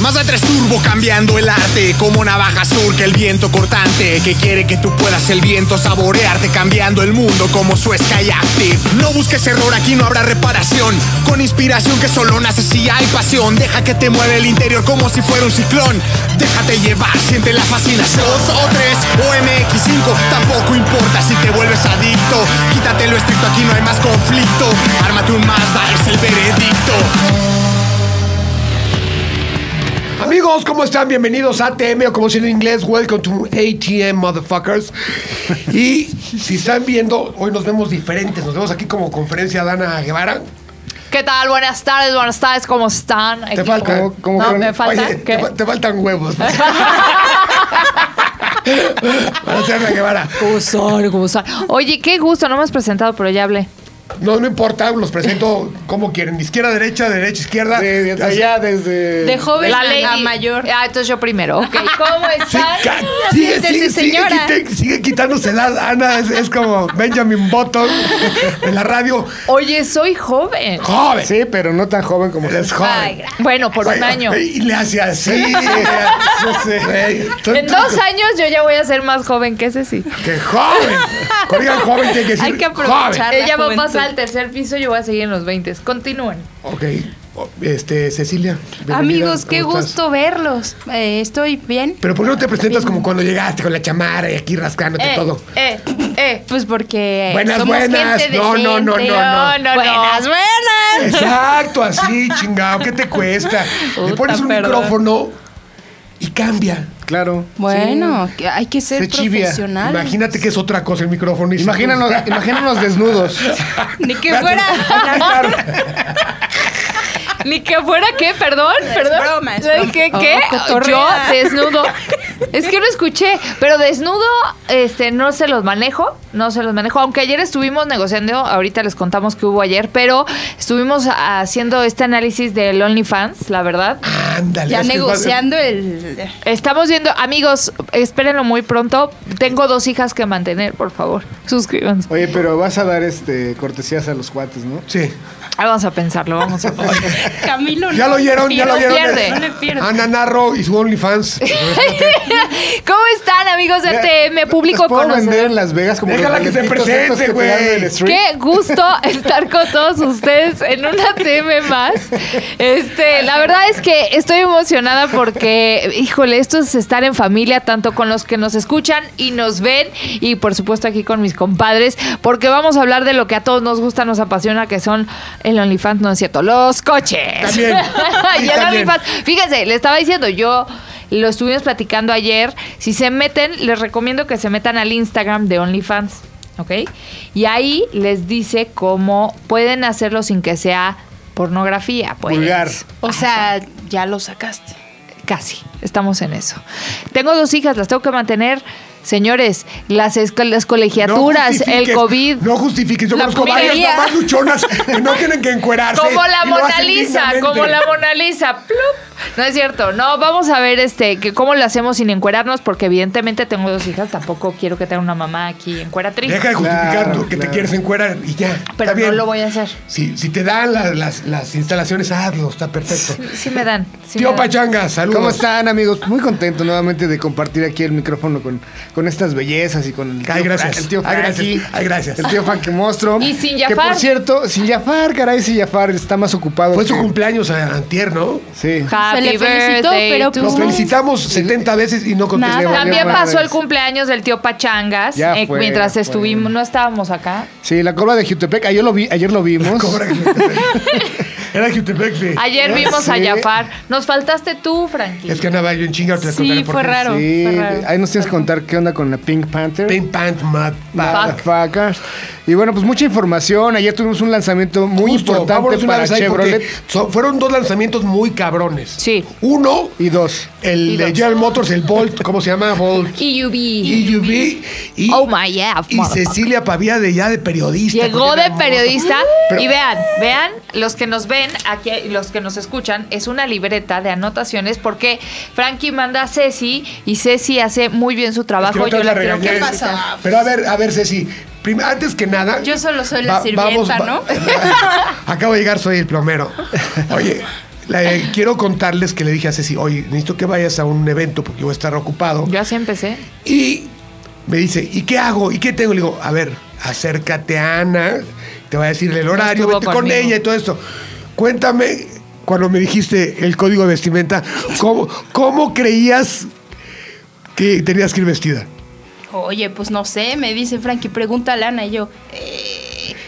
Speaker 1: Más de tres turbo cambiando el arte, como navaja surca el viento cortante, que quiere que tú puedas el viento saborearte, cambiando el mundo como su Sky Active. No busques error, aquí no habrá reparación, con inspiración que solo nace si hay pasión. Deja que te mueva el interior como si fuera un ciclón, déjate llevar, siente la fascinación. Dos o tres o MX5, tampoco importa si te vuelves adicto. Quítate lo estricto, aquí no hay más conflicto. Ármate un Mazda, es el veredicto.
Speaker 2: Amigos, ¿cómo están? Bienvenidos a ATM, o como se dice en inglés, welcome to ATM, motherfuckers. Y si están viendo, hoy nos vemos diferentes. Nos vemos aquí como conferencia Dana Guevara.
Speaker 6: ¿Qué tal? Buenas tardes, buenas tardes, ¿cómo están?
Speaker 2: Te
Speaker 6: Equipo.
Speaker 2: falta.
Speaker 4: ¿Cómo- cómo
Speaker 6: no,
Speaker 4: creen?
Speaker 6: me falta.
Speaker 2: Oye,
Speaker 6: ¿qué?
Speaker 2: te, fa- te faltan huevos. Para ser Dana Guevara.
Speaker 6: ¿Cómo son? ¿Cómo son? Oye, qué gusto, no me has presentado, pero ya hablé.
Speaker 2: No, no importa, los presento como quieren. Izquierda, derecha, derecha, izquierda.
Speaker 4: Ah, Desde allá, desde.
Speaker 5: De joven
Speaker 6: La
Speaker 5: a,
Speaker 6: ley
Speaker 5: a mayor.
Speaker 6: Ah, entonces yo primero. Ok, ¿cómo
Speaker 2: Sí,
Speaker 6: están?
Speaker 2: ca-
Speaker 5: Así
Speaker 2: sigue,
Speaker 5: es de
Speaker 2: sigue,
Speaker 5: su
Speaker 2: sigue,
Speaker 5: señora.
Speaker 2: quite- sigue quitándose la Ana, es, es como Benjamin Button en la radio.
Speaker 6: Oye, soy joven.
Speaker 2: ¡Joven!
Speaker 4: Sí, pero no tan joven como.
Speaker 2: Eres
Speaker 5: Ay,
Speaker 2: joven.
Speaker 5: gracias.
Speaker 6: Bueno, por un
Speaker 2: Oye,
Speaker 6: año.
Speaker 2: Y le hace así. le hace así. Güey, tú-
Speaker 6: En
Speaker 2: tú-
Speaker 6: dos años yo ya voy a ser más joven que ese sí.
Speaker 2: ¡Qué joven! Corrigan joven tiene que decir
Speaker 5: Hay que
Speaker 2: joven.
Speaker 5: aprovechar. la
Speaker 6: Ella va a
Speaker 5: juventud.
Speaker 6: pasar al tercer piso, yo voy a seguir en los 20. Continúen.
Speaker 2: Ok. o- Este, Cecilia. bienvenida.
Speaker 5: Amigos, qué
Speaker 2: ¿Cómo estás?
Speaker 5: gusto verlos. Eh, estoy bien.
Speaker 2: Pero ¿por qué no te presentas como cuando llegaste con la chamara y aquí rascándote todo?
Speaker 6: eh, eh.
Speaker 5: Pues porque
Speaker 2: Buenas,
Speaker 5: somos
Speaker 2: buenas.
Speaker 5: gente
Speaker 2: No, no, no,
Speaker 5: decente. Oh,
Speaker 2: no,
Speaker 6: no. No, no,
Speaker 5: buenas,
Speaker 6: no.
Speaker 5: buenas.
Speaker 2: Exacto, así, chingado. ¿Qué te cuesta? Le
Speaker 6: Puta,
Speaker 2: pones un
Speaker 6: perdón.
Speaker 2: micrófono y cambia.
Speaker 4: Claro.
Speaker 5: Bueno, que hay que ser
Speaker 4: Se chivia.
Speaker 5: profesional.
Speaker 2: Imagínate que es otra cosa el micrófono. y-
Speaker 4: Sí. Imagínanos, imagínanos desnudos.
Speaker 5: Ni que fuera.
Speaker 6: Ni que fuera qué, perdón, perdón.
Speaker 5: broma, es
Speaker 6: Ay, ¿Qué?
Speaker 5: broma.
Speaker 6: qué?
Speaker 5: Oh,
Speaker 6: Yo
Speaker 5: cotorrea.
Speaker 6: desnudo. Es que no escuché, pero desnudo, este, no se los manejo, no se los manejo. Aunque ayer estuvimos negociando, ahorita les contamos que hubo ayer, pero estuvimos haciendo este análisis del OnlyFans, la verdad.
Speaker 2: Ándale.
Speaker 5: ya
Speaker 2: es que es más-
Speaker 5: negociando el.
Speaker 6: Estamos viendo, amigos, espérenlo muy pronto. Tengo dos hijas que mantener, por favor. Suscríbanse.
Speaker 4: Oye, pero vas a dar este cortesías a los cuates, ¿no?
Speaker 2: Sí.
Speaker 6: Ah, Vamos a pensarlo, vamos a pensarlo.
Speaker 5: Camilo.
Speaker 2: Ya
Speaker 5: no.
Speaker 2: lo oyeron, ya
Speaker 6: no
Speaker 2: lo oyeron.
Speaker 6: pierde.
Speaker 5: No le pierde.
Speaker 2: Ana Narro y su OnlyFans.
Speaker 6: ¿Cómo están, amigos de ATM? Público
Speaker 4: ¿Los puedo
Speaker 6: conocedor?
Speaker 4: vender en Las Vegas como
Speaker 2: Déjala que se
Speaker 4: lentecitos estos
Speaker 2: presente,
Speaker 4: que te
Speaker 2: güey.
Speaker 4: dan del street?
Speaker 6: Qué gusto estar con todos ustedes en una TM más. Este, la verdad es que estoy emocionada porque, híjole, esto es estar en familia, tanto con los que nos escuchan y nos ven, y por supuesto aquí con mis compadres, porque vamos a hablar de lo que a todos nos gusta, nos apasiona, que son el OnlyFans, no es cierto, los coches.
Speaker 2: También. Sí,
Speaker 6: Y el
Speaker 2: también.
Speaker 6: OnlyFans. Fíjense, le estaba diciendo, yo lo estuvimos platicando ayer. Si se meten, les recomiendo que se metan al Instagram de OnlyFans, ¿ok? Y ahí les dice cómo pueden hacerlo sin que sea pornografía, pues.
Speaker 4: Vulgar.
Speaker 5: O sea, ya lo sacaste.
Speaker 6: Casi, estamos en eso. Tengo dos hijas, las tengo que mantener. Señores, las, esco- las colegiaturas,
Speaker 2: justifiques,
Speaker 6: el COVID.
Speaker 2: No justifiques. Yo
Speaker 5: La
Speaker 2: conozco varias
Speaker 5: putería.
Speaker 2: mamás luchonas que no tienen que encuerarse.
Speaker 6: Como la
Speaker 2: y lo
Speaker 6: Mona
Speaker 2: hacen
Speaker 6: Lisa,
Speaker 2: dignamente.
Speaker 6: como la Mona Lisa. Plup. No es cierto. No, vamos a ver este que cómo lo hacemos sin encuerarnos, porque evidentemente tengo dos hijas, tampoco quiero que tenga una mamá aquí encueratriz.
Speaker 2: Deja de justificar
Speaker 4: Claro,
Speaker 2: tú, que te
Speaker 4: claro.
Speaker 2: quieres encuerar y ya.
Speaker 6: pero
Speaker 2: está
Speaker 6: no
Speaker 2: bien.
Speaker 6: lo voy a hacer.
Speaker 2: Si, si te dan la- las, las instalaciones, hazlo, está perfecto.
Speaker 6: Sí me dan. sí
Speaker 2: Tío
Speaker 6: me dan.
Speaker 2: Pachanga, saludos.
Speaker 4: ¿Cómo están, amigos? Muy contento nuevamente de compartir aquí el micrófono con, con estas bellezas y con el tío,
Speaker 2: Ay,
Speaker 4: Fra-
Speaker 2: gracias.
Speaker 4: el tío
Speaker 2: Ay, gracias.
Speaker 4: Frankie.
Speaker 2: Ay, gracias.
Speaker 4: El tío Frankie Monstruo.
Speaker 6: Y sin
Speaker 4: Que
Speaker 6: Jafar.
Speaker 4: por cierto, sin Jafar, caray, sin Jafar está más ocupado.
Speaker 2: Fue
Speaker 4: que-
Speaker 2: su cumpleaños a- antier, ¿no?
Speaker 4: Sí.
Speaker 6: Happy
Speaker 5: Se le felicitó,
Speaker 6: birthday
Speaker 5: pero
Speaker 6: to
Speaker 5: pues
Speaker 2: Lo
Speaker 6: you.
Speaker 5: no.
Speaker 2: felicitamos 70 veces y no contestó.
Speaker 5: Nada.
Speaker 6: También
Speaker 4: Valió
Speaker 6: pasó
Speaker 4: madres.
Speaker 6: el cumpleaños del tío Pachangas
Speaker 4: Ya
Speaker 6: eh,
Speaker 4: fue,
Speaker 6: mientras
Speaker 4: ya fue.
Speaker 6: estuvimos, no estábamos acá.
Speaker 4: Sí, la cobra de Jutepec. Ayer lo, vi, ayer lo vimos.
Speaker 2: Cobra Jutepec. Era Jutepec de-
Speaker 6: Ayer vimos a
Speaker 4: Sí.
Speaker 6: Jafar. Nos faltaste tú, Frankie.
Speaker 2: Es que andaba yo en chinga, te
Speaker 5: Sí,
Speaker 2: contaré por
Speaker 5: fue
Speaker 2: qué.
Speaker 5: raro.
Speaker 4: Sí,
Speaker 5: Fue raro.
Speaker 4: ahí nos tienes que contar qué onda con la Pink Panther.
Speaker 2: Pink Pant Mad.
Speaker 6: Fuck.
Speaker 4: Motherfuckers. Y bueno, pues mucha información. Ayer tuvimos un lanzamiento muy
Speaker 2: Justo,
Speaker 4: importante
Speaker 2: vámonos una
Speaker 4: para
Speaker 2: vez ahí
Speaker 4: Chevrolet.
Speaker 2: porque so- fueron dos lanzamientos muy cabrones.
Speaker 6: Sí.
Speaker 2: Uno,
Speaker 4: Y dos.
Speaker 2: el
Speaker 6: Y
Speaker 2: de
Speaker 6: dos.
Speaker 2: General Motors, el Bolt, ¿cómo se llama? Bolt.
Speaker 6: EUB.
Speaker 2: EUV. Y,
Speaker 6: Oh my yeah,
Speaker 2: y
Speaker 6: motherfucker.
Speaker 2: Cecilia Pavía de ya de periodista.
Speaker 6: Llegó
Speaker 2: porque
Speaker 6: de
Speaker 2: era mo-
Speaker 6: periodista y vean, vean los que nos ven tienen aquí los que nos escuchan es una libreta de anotaciones porque Frankie manda a Ceci y Ceci hace muy bien su trabajo.
Speaker 2: Es que no te
Speaker 6: Yo la
Speaker 2: la
Speaker 6: quiero
Speaker 2: regañé.
Speaker 6: que
Speaker 5: ¿Qué pasa?
Speaker 2: Pero a ver, a ver, Ceci. prim- antes que nada.
Speaker 5: Yo solo soy la sirvienta, ¿no?
Speaker 2: acabo de llegar, soy el plomero. Oye. la- eh, quiero contarles que le dije a Ceci, oye, necesito que vayas a un evento porque yo voy a estar ocupado.
Speaker 6: Yo así empecé.
Speaker 2: Y me dice, ¿y qué hago? ¿Y qué tengo? Le digo, a ver, acércate a Ana, te va a decir el horario,
Speaker 6: estuvo
Speaker 2: vete con
Speaker 6: conmigo.
Speaker 2: ella y todo esto. Cuéntame, cuando me dijiste el código de vestimenta, ¿cómo, cómo creías que tenías que ir vestida?
Speaker 5: Oye, pues no sé, me dice Frankie, pregúntale a Ana y yo. eh,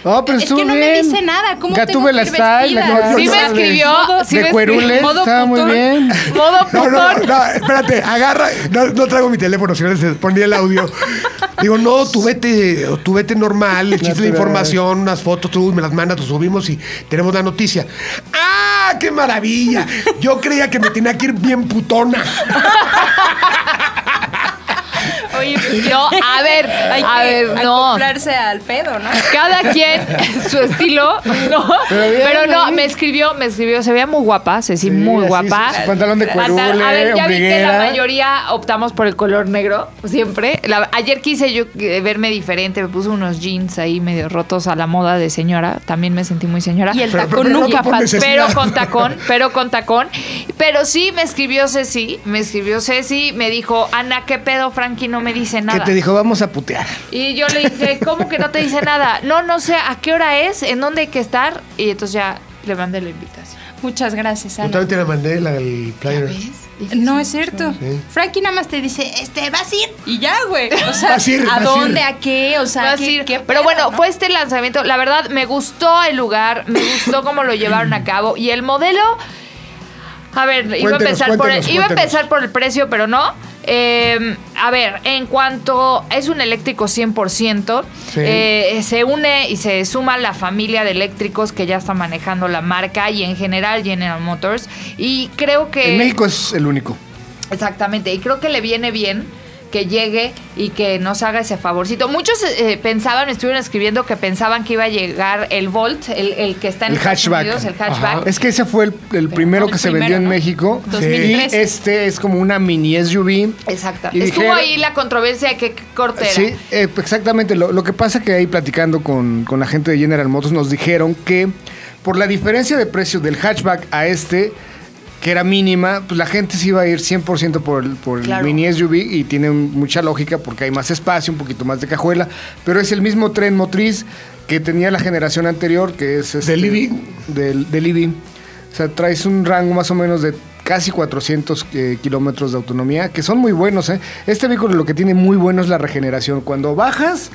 Speaker 4: Ah, pero
Speaker 5: es que
Speaker 4: estuvo
Speaker 5: no me
Speaker 4: bien.
Speaker 5: dice nada, ¿cómo tengo que
Speaker 4: Gatúbela
Speaker 5: ir
Speaker 4: está en la
Speaker 5: vestida?
Speaker 4: Yo
Speaker 6: Sí
Speaker 4: no
Speaker 6: me
Speaker 4: sabes.
Speaker 6: escribió, sí
Speaker 4: De
Speaker 6: me escribió.
Speaker 4: cuerule, estaba muy
Speaker 6: putón.
Speaker 4: bien.
Speaker 6: Modo
Speaker 2: No,
Speaker 6: putón.
Speaker 2: no, no, no, espérate, agarra. No, no traigo mi teléfono, si no se ponía el audio. Digo, no, tú vete, tú vete normal, el chiste de
Speaker 4: Natural.
Speaker 2: información, unas fotos, tú me las mandas, tú subimos y tenemos la noticia. ¡Ah, qué maravilla! Yo creía que me tenía que ir bien putona.
Speaker 6: Oye, pues yo, a ver,
Speaker 5: Eh, Hay
Speaker 6: a
Speaker 5: que
Speaker 6: ver, no.
Speaker 5: acoplarse al pedo, ¿no?
Speaker 6: Cada quien su estilo, ¿no?
Speaker 4: Pero
Speaker 6: Pero,
Speaker 4: bien,
Speaker 6: no,
Speaker 4: ahí.
Speaker 6: me escribió, me escribió, se veía muy guapa, Ceci,
Speaker 4: Sí,
Speaker 6: muy
Speaker 4: así,
Speaker 6: guapa.
Speaker 4: su- su pantalón de
Speaker 6: Pantal-
Speaker 4: cuerule,
Speaker 6: A ver, ya vi que la
Speaker 4: ombliguera.
Speaker 6: mayoría optamos por el color negro, siempre. La- ayer quise yo eh, verme diferente, me puse unos jeans ahí medio rotos a la moda de señora, también me sentí muy señora.
Speaker 5: Y el
Speaker 2: Pero-
Speaker 5: tacón
Speaker 2: pero no te
Speaker 5: nunca
Speaker 2: pones
Speaker 5: falta.
Speaker 2: necesidad.
Speaker 6: Pero con tacón, pero con tacón. Pero sí me escribió Ceci, me escribió Ceci, me dijo, Ana, ¿qué pedo? Frankie no me dice
Speaker 4: Que
Speaker 6: nada.
Speaker 4: te dijo, vamos a putear.
Speaker 6: Y yo le dije, ¿cómo que no te dice nada? No, no sé a qué hora es, en dónde hay que estar. Y entonces ya le mandé la invitación.
Speaker 5: Muchas gracias,
Speaker 2: Yo
Speaker 5: Ana.
Speaker 2: también te la mandé la del flyer.
Speaker 5: No es cierto. Frankie nada más te dice, este, vas a ir. Y ya, güey. O sea,
Speaker 2: Vas a ir, vas a
Speaker 5: ¿a
Speaker 2: ir.
Speaker 5: dónde? ¿A qué? O sea,
Speaker 6: Vas a
Speaker 5: Ah, ¿qué,
Speaker 6: ir.
Speaker 5: qué
Speaker 6: pero
Speaker 5: pedo,
Speaker 6: bueno,
Speaker 5: no?
Speaker 6: fue este lanzamiento. La verdad, me gustó el lugar, me gustó cómo lo llevaron a cabo. Y el modelo. A ver, iba, a
Speaker 2: Cuéntenos,
Speaker 6: empezar por el,
Speaker 2: cuéntenos,
Speaker 6: iba a
Speaker 2: cuéntenos.
Speaker 6: empezar por el precio, pero no. Eh, a ver, en cuanto es un eléctrico 100%,
Speaker 2: Sí.
Speaker 6: eh, se une y se suma la familia de eléctricos que ya está manejando la marca y en general General Motors. Y creo que...
Speaker 4: En México es el único.
Speaker 6: Exactamente, y creo que le viene bien que llegue y que nos haga ese favorcito. Muchos eh, pensaban, me estuvieron escribiendo que pensaban que iba a llegar el Volt, el, el que está en
Speaker 4: El
Speaker 6: Estados
Speaker 4: hatchback.
Speaker 6: Unidos, el hatchback.
Speaker 4: Es que ese fue el, el primero
Speaker 5: el
Speaker 4: que se
Speaker 5: primero,
Speaker 4: vendió en
Speaker 5: ¿no?
Speaker 4: México.
Speaker 5: 2003.
Speaker 4: Y este es como una mini SUV.
Speaker 6: Exacto.
Speaker 4: Y
Speaker 6: Estuvo
Speaker 4: dijeron-
Speaker 6: ahí la controversia de que qué corte era.
Speaker 4: Sí, eh, exactamente. Lo, lo que pasa que ahí platicando con, con la gente de General Motors nos dijeron que por la diferencia de precio del hatchback a este, que era mínima, pues la gente se iba a ir 100% por el, por el
Speaker 6: Claro.
Speaker 4: mini SUV y tiene un- mucha lógica porque hay más espacio, un poquito más de cajuela, pero es el mismo tren motriz que tenía la generación anterior, que es... este,
Speaker 2: Del EV.
Speaker 4: Del, del EV. O sea, traes un rango más o menos de casi 400 eh, kilómetros de autonomía, que son muy buenos. ¿eh? Este vehículo lo que tiene muy bueno es la regeneración. Cuando bajas,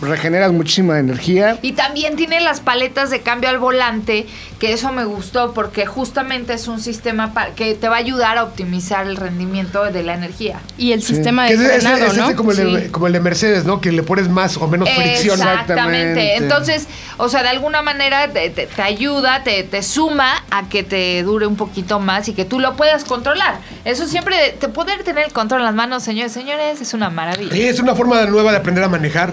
Speaker 4: regeneras muchísima energía.
Speaker 6: Y también tiene las paletas de cambio al volante, que eso me gustó porque justamente es un sistema pa- que te va a ayudar a optimizar el rendimiento de la energía.
Speaker 5: Y el sistema
Speaker 2: Que
Speaker 5: de
Speaker 2: es, es-
Speaker 5: frenado,
Speaker 2: es
Speaker 5: ¿no?
Speaker 2: este como, el de,
Speaker 6: Sí.
Speaker 2: como el de Mercedes, ¿no? Que le pones más o menos fricción.
Speaker 6: Exactamente.
Speaker 4: Exactamente.
Speaker 6: Entonces, o sea, de alguna manera te, te- te ayuda, te, te suma a que te dure un poquito más y que tú lo puedas controlar. Eso siempre, te poder tener el control en las manos, señores, señores, es una maravilla.
Speaker 2: Sí, es una forma nueva de aprender a manejar.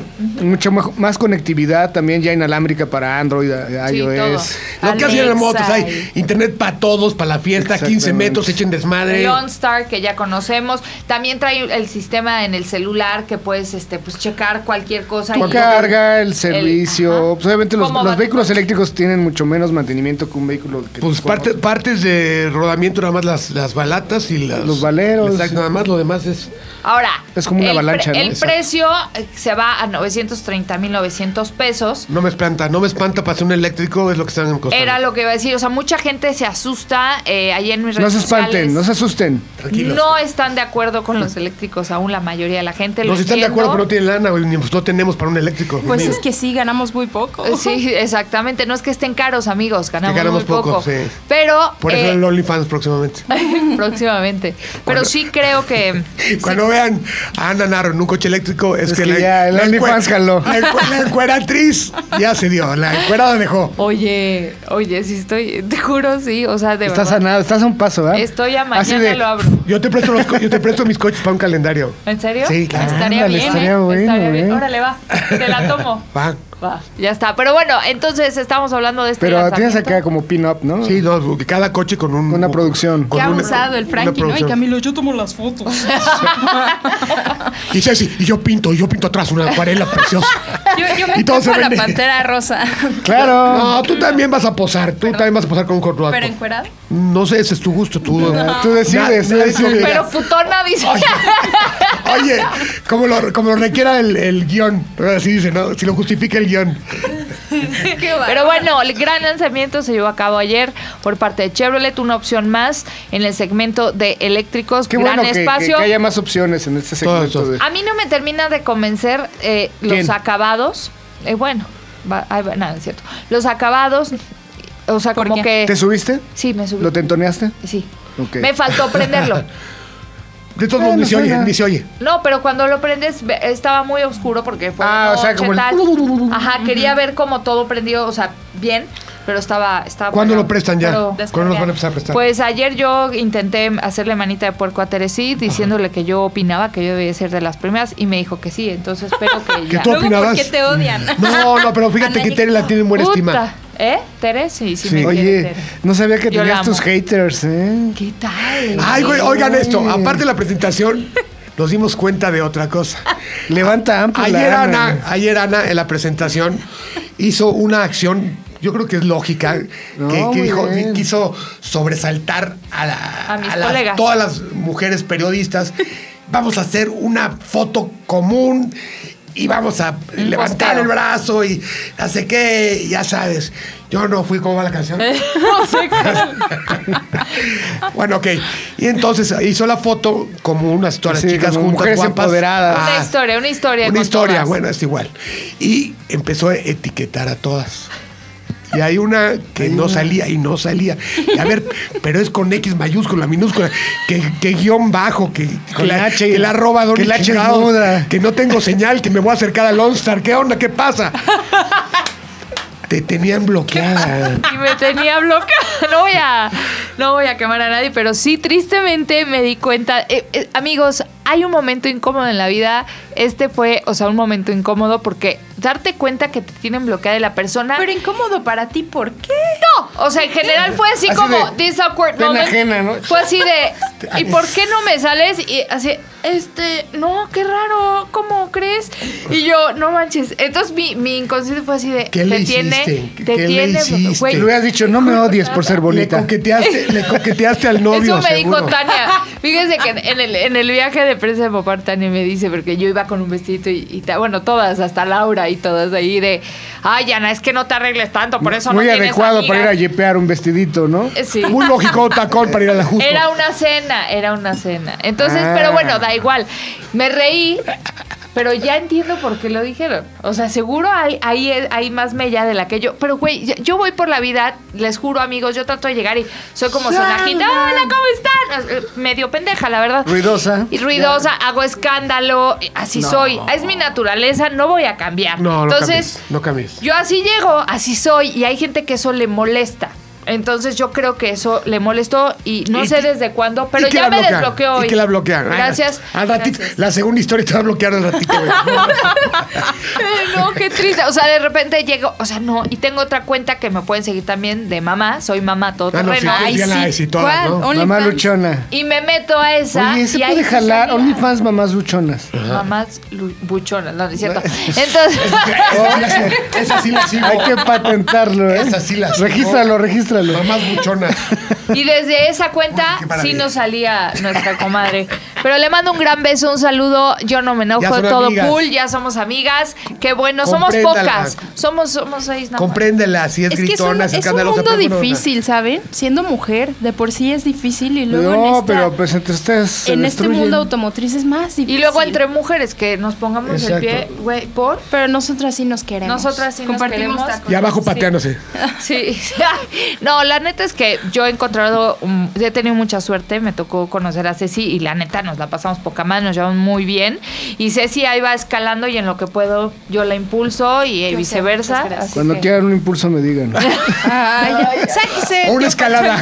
Speaker 4: Mucha maj- más conectividad también ya inalámbrica para Android, a-
Speaker 6: Sí, todo.
Speaker 4: iOS.
Speaker 2: Lo que hacen en las motos,
Speaker 5: Alexa
Speaker 2: hay internet para todos, para la fiesta, 15
Speaker 4: Exactamente.
Speaker 2: metros, echen desmadre.
Speaker 6: El OnStar que ya conocemos. También trae el sistema en el celular que puedes este, pues, checar cualquier cosa.
Speaker 4: Tu
Speaker 6: y-
Speaker 4: carga, el
Speaker 6: ajá.
Speaker 4: servicio. Pues, obviamente los,
Speaker 6: ¿Cómo
Speaker 4: los
Speaker 6: va tu
Speaker 4: vehículos
Speaker 6: coche?
Speaker 4: eléctricos tienen mucho menos mantenimiento que un vehículo que
Speaker 2: Pues
Speaker 4: como-
Speaker 2: parte- partes de rodamiento, nada más las, las balatas y las-
Speaker 4: Los valeros.
Speaker 2: Exacto, nada más, lo demás es.
Speaker 6: Ahora,
Speaker 4: Es como una
Speaker 6: el pre-
Speaker 4: avalancha, ¿no?
Speaker 6: El
Speaker 4: Exacto.
Speaker 6: precio eh, se va a 930.900 pesos.
Speaker 2: No me espanta, no me espanta para ser un eléctrico, es lo que están costando.
Speaker 6: Era lo que iba a decir. O sea, mucha gente se asusta eh, ahí en mis
Speaker 4: No
Speaker 6: redes
Speaker 4: se
Speaker 6: sociales.
Speaker 4: espanten, no se asusten.
Speaker 2: Tranquilos.
Speaker 6: No están de acuerdo con los eléctricos aún la mayoría de la gente.
Speaker 2: No,
Speaker 6: lo
Speaker 2: si están de
Speaker 6: entiendo.
Speaker 2: acuerdo, pero no tienen lana, güey, ni- pues no tenemos para un eléctrico.
Speaker 5: Pues
Speaker 2: Mira.
Speaker 5: es que sí, ganamos muy poco.
Speaker 6: Eh, Sí, exactamente. No es que estén caros, amigos. Ganamos,
Speaker 2: ganamos
Speaker 6: muy poco.
Speaker 2: poco, sí.
Speaker 6: Pero
Speaker 2: Por eso
Speaker 6: eh,
Speaker 2: el OnlyFans próximamente.
Speaker 6: próximamente. Pero sí creo que
Speaker 2: Cuando vean a Ana Naro en un coche eléctrico, es,
Speaker 4: Es
Speaker 2: que,
Speaker 4: que ya, el
Speaker 2: encue-
Speaker 4: OnlyFans jaló.
Speaker 2: La, encue- la encueratriz ya se dio, la encuerada dejó.
Speaker 6: Oye, oye, sí estoy, te juro, sí, o sea, de
Speaker 4: Estás a
Speaker 6: verdad.
Speaker 4: nada, estás a un paso, ¿verdad?
Speaker 6: Estoy a
Speaker 4: Así
Speaker 6: mañana
Speaker 4: de-
Speaker 6: lo abro.
Speaker 2: Yo te presto, los co- yo te presto mis coches para un calendario.
Speaker 6: ¿En serio?
Speaker 2: Sí, claro.
Speaker 6: Estaría
Speaker 4: Ándale,
Speaker 6: bien,
Speaker 4: estaría
Speaker 6: ¿eh?
Speaker 4: bueno,
Speaker 6: Estaría bien.
Speaker 4: ¿eh?
Speaker 5: Ah.
Speaker 6: Órale, va. Te la tomo.
Speaker 2: Va.
Speaker 6: Va, ya está. Pero bueno, entonces estamos hablando de este
Speaker 4: Pero tienes
Speaker 6: lanzamiento.
Speaker 4: acá como pin-up, ¿no?
Speaker 2: Sí, no, porque cada coche con un...
Speaker 4: Una producción.
Speaker 5: Qué
Speaker 2: un-
Speaker 5: abusado el
Speaker 2: una
Speaker 5: Frankie, ¿no? Y
Speaker 2: producción.
Speaker 5: Camilo, yo tomo las fotos.
Speaker 2: Y Ceci, y yo pinto, y yo pinto atrás una acuarela preciosa.
Speaker 5: Yo, yo
Speaker 2: Y
Speaker 5: me
Speaker 2: todo
Speaker 5: tomo
Speaker 2: se
Speaker 5: la
Speaker 2: vende.
Speaker 5: pantera rosa.
Speaker 4: Claro.
Speaker 2: No, tú también vas a posar, tú también vas a posar con un corto.
Speaker 5: Pero encuerado.
Speaker 2: No sé, ese es tu gusto, tú.
Speaker 4: Tú decides, tú
Speaker 2: Nadie
Speaker 4: decides.
Speaker 2: complica.
Speaker 6: Pero putona dice.
Speaker 2: Oye, como lo, como lo requiera el, el guión, así dice, ¿no? Si lo justifica el guión.
Speaker 5: Qué bárbaro.
Speaker 6: Pero bueno, el gran lanzamiento se llevó a cabo ayer por parte de Chevrolet, una opción más en el segmento de eléctricos,
Speaker 4: Qué
Speaker 6: gran
Speaker 4: bueno que- que,
Speaker 6: espacio.
Speaker 4: que haya más opciones en este
Speaker 2: Todo
Speaker 4: segmento.
Speaker 2: eso.
Speaker 4: de-
Speaker 6: A mí no me termina de convencer eh, los
Speaker 4: ¿Quién?
Speaker 6: acabados. Eh, bueno, va- ahí va- nada, es cierto. Los acabados, o sea,
Speaker 5: ¿Por
Speaker 6: como
Speaker 5: qué?
Speaker 4: ¿Te
Speaker 6: que...
Speaker 4: subiste?
Speaker 6: Sí, me subí.
Speaker 4: ¿Lo tentoneaste?
Speaker 6: Sí.
Speaker 4: Ok.
Speaker 6: Me faltó prenderlo.
Speaker 2: De todos modos,
Speaker 4: Bueno,
Speaker 2: ni se oye,
Speaker 4: suena.
Speaker 2: ni se oye.
Speaker 6: No, pero cuando lo prendes ve- estaba muy oscuro porque fue
Speaker 4: Ah,
Speaker 6: de
Speaker 4: o sea, como el-
Speaker 6: tal. Ajá, quería ver como todo prendido, o sea, bien, pero estaba
Speaker 5: Ah,
Speaker 6: estaba
Speaker 2: ¿Cuándo
Speaker 6: apagado.
Speaker 2: lo prestan ya?
Speaker 6: Pero-
Speaker 2: ¿Cuándo nos van a empezar a prestar?
Speaker 6: Pues ayer yo intenté hacerle manita de puerco a Teresí diciéndole que yo opinaba que yo debía ser de las primeras y me dijo que sí, entonces espero que
Speaker 2: ¿Que
Speaker 6: ya.
Speaker 2: tú
Speaker 5: Luego,
Speaker 2: opinabas?
Speaker 5: ¿por qué te odian?
Speaker 2: No, no, pero fíjate
Speaker 5: Ana,
Speaker 2: que
Speaker 5: yo-
Speaker 2: Tere la tiene en buena
Speaker 6: Puta.
Speaker 2: estima.
Speaker 6: ¿Eh? Teres, sí, sí,
Speaker 2: Sí.
Speaker 6: me quiere
Speaker 4: Oye,
Speaker 6: Tere.
Speaker 4: no sabía que
Speaker 6: Yo la
Speaker 4: tenías
Speaker 6: amo.
Speaker 4: tus haters, ¿eh?
Speaker 6: ¿Qué tal?
Speaker 2: Ay, güey, oigan esto.
Speaker 4: Ay.
Speaker 2: Aparte de la presentación, nos dimos cuenta de otra cosa.
Speaker 4: Levanta amplia.
Speaker 2: Ayer Ana, ayer Ana en la presentación hizo una acción, yo creo que es lógica,
Speaker 4: No,
Speaker 2: que, que
Speaker 4: muy
Speaker 2: dijo,
Speaker 4: bien.
Speaker 2: quiso sobresaltar a, la-
Speaker 6: A mis
Speaker 2: las-
Speaker 6: colegas.
Speaker 2: todas las mujeres periodistas. Vamos a hacer una foto común y vamos a levantar el brazo y no sé qué, y ya sabes. Yo no fui como va la canción.
Speaker 6: Eh,
Speaker 2: Bueno, ok. Y entonces hizo la foto como unas todas las
Speaker 4: Sí,
Speaker 2: chicas
Speaker 4: como
Speaker 2: juntas.
Speaker 4: mujeres
Speaker 2: guapas.
Speaker 4: empoderadas.
Speaker 6: Una historia, una
Speaker 2: Ah.
Speaker 6: historia
Speaker 2: Una
Speaker 6: con
Speaker 2: historia,
Speaker 6: todas.
Speaker 2: bueno, es igual. Y empezó a etiquetar a todas. Y hay una que no salía y no salía. Y a ver, pero es con X mayúscula, minúscula, que, que guión bajo, que, que
Speaker 4: Con H,
Speaker 2: que la arroba de
Speaker 4: que
Speaker 2: un
Speaker 4: la H es
Speaker 2: chingado,
Speaker 4: muda.
Speaker 2: que no tengo señal, que me voy a acercar al All-Star. ¿Qué onda? ¿Qué pasa? Te tenían bloqueada.
Speaker 6: y me tenía bloqueada. No voy a, no voy a quemar a nadie, pero sí, tristemente me di cuenta. Eh, eh, amigos, hay un momento incómodo en la vida. Este fue, o sea, un momento incómodo porque darte cuenta que te tienen bloqueada y la persona.
Speaker 5: Pero incómodo para ti, ¿por qué?
Speaker 6: no, o sea, en general fue así,
Speaker 4: Así
Speaker 6: como
Speaker 4: de
Speaker 6: this awkward
Speaker 4: pena
Speaker 6: moment.
Speaker 4: ajena, ¿no?
Speaker 6: Fue así de ¿y por qué no me sales? Y así, este, no, qué raro, ¿cómo crees? Y yo, no manches. Entonces mi, mi inconsciente fue así de
Speaker 2: ¿Qué
Speaker 6: te
Speaker 2: le
Speaker 6: tiene,
Speaker 2: hiciste?
Speaker 6: te
Speaker 2: ¿Qué le
Speaker 6: tiene,
Speaker 2: hiciste?
Speaker 6: güey,
Speaker 4: Le hubieras dicho, no me odies por ser
Speaker 2: Le
Speaker 4: bonita.
Speaker 2: coqueteaste, le coqueteaste al novio.
Speaker 6: Eso me
Speaker 2: seguro.
Speaker 6: dijo Tania. Fíjense que en el, en el viaje de prensa de papá, Tania me dice, porque yo iba con un vestidito y, y ta- bueno, todas, hasta Laura y todas ahí de, ay, Ana, es que no te arregles tanto, por eso
Speaker 4: Muy
Speaker 6: no tienes
Speaker 4: adecuado para ir a
Speaker 6: amigas".
Speaker 4: yepear un vestidito, ¿no?
Speaker 6: Eh, Sí.
Speaker 2: Muy lógico un tacón para ir a la justa.
Speaker 6: Era una cena, era una cena. Entonces,
Speaker 4: Ah.
Speaker 6: pero bueno, da igual. Me reí, pero ya entiendo por qué lo dijeron. O sea, seguro hay, hay, hay más mella de la que yo. Pero, güey, ya- yo voy por la vida, les juro, amigos, yo trato de llegar y soy como sonajita. Hola, ¿cómo están? Eh, Medio pendeja, la verdad.
Speaker 4: Ruidosa.
Speaker 6: Y ruidosa, hago escándalo, eh, así soy. Es mi naturaleza, no voy a cambiar.
Speaker 2: No, no
Speaker 6: Entonces,
Speaker 2: cambies, no cambies.
Speaker 6: yo así llego, así soy, y hay gente que eso le molesta. Entonces yo creo que eso le molestó y no sé desde cuándo, pero
Speaker 2: Y que
Speaker 6: ya
Speaker 2: la
Speaker 6: me
Speaker 2: bloquean,
Speaker 6: desbloqueó hoy.
Speaker 2: Y que la bloquean. Ay,
Speaker 6: Gracias.
Speaker 2: Al ratito,
Speaker 6: gracias.
Speaker 2: la segunda historia te va a bloquear al ratito. güey.
Speaker 6: Ay, no, qué triste. O sea, de repente llego, o sea, no, y tengo otra cuenta que me pueden seguir también de mamá, soy mamá todo
Speaker 2: Ah, no, sí,
Speaker 6: terreno.
Speaker 2: sí,
Speaker 6: Ay,
Speaker 2: sí, la- sí, todas,
Speaker 5: ¿Cuál?
Speaker 2: ¿no?
Speaker 5: Only
Speaker 4: Mamá
Speaker 5: fans.
Speaker 4: luchona.
Speaker 6: Y me meto a esa.
Speaker 4: Oye, se
Speaker 6: y ahí
Speaker 4: puede
Speaker 6: sí
Speaker 4: jalar
Speaker 6: salía.
Speaker 4: OnlyFans mamás luchonas.
Speaker 6: Mamás lu- buchonas, no, no es cierto. Entonces,
Speaker 2: Oh, Esa sí la sigo.
Speaker 4: Hay que patentarlo, ¿eh?
Speaker 2: Esa sí la sigo.
Speaker 4: Regístralo, regístralo.
Speaker 2: Mamás buchonas.
Speaker 6: Y desde esa cuenta
Speaker 2: Uy, qué maravilla.
Speaker 6: sí nos salía nuestra comadre. Pero le mando un gran beso, un saludo. Yo no me
Speaker 2: Ya
Speaker 6: enojo,
Speaker 2: son
Speaker 6: todo
Speaker 2: amigas.
Speaker 6: cool, ya somos amigas. Qué bueno, somos
Speaker 2: Compréndala.
Speaker 6: pocas. Somos, somos seis nada más.
Speaker 2: Compréndela, si es,
Speaker 5: Es que es un,
Speaker 2: gritona,
Speaker 5: es un
Speaker 2: escandalosa,
Speaker 5: mundo
Speaker 2: pero bueno,
Speaker 5: difícil, ¿saben? Siendo mujer, de por sí es difícil y luego en,
Speaker 4: no,
Speaker 5: esta-
Speaker 4: pero pues entre ustedes. se
Speaker 5: en este
Speaker 4: destruyen.
Speaker 5: mundo automotriz es más difícil.
Speaker 6: Y luego entre mujeres que nos pongamos el
Speaker 2: Exacto.
Speaker 6: pie, güey, por.
Speaker 5: Pero nosotras sí nos queremos.
Speaker 6: Nosotras sí nos queremos.
Speaker 5: tacos.
Speaker 2: Y abajo pateándose.
Speaker 6: Sí. No, la neta es que yo he encontrado, um, he tenido mucha suerte, me tocó conocer a Ceci y la neta nos la pasamos poca más, nos llevamos muy bien. Y Ceci ahí va escalando y en lo que puedo yo la impulso y eh,
Speaker 5: sé,
Speaker 6: viceversa.
Speaker 5: muchas gracias.
Speaker 6: así
Speaker 4: Cuando
Speaker 6: que-
Speaker 4: quieran un impulso me digan.
Speaker 6: Eh,
Speaker 5: Ay, sáquese.
Speaker 2: O una escalada.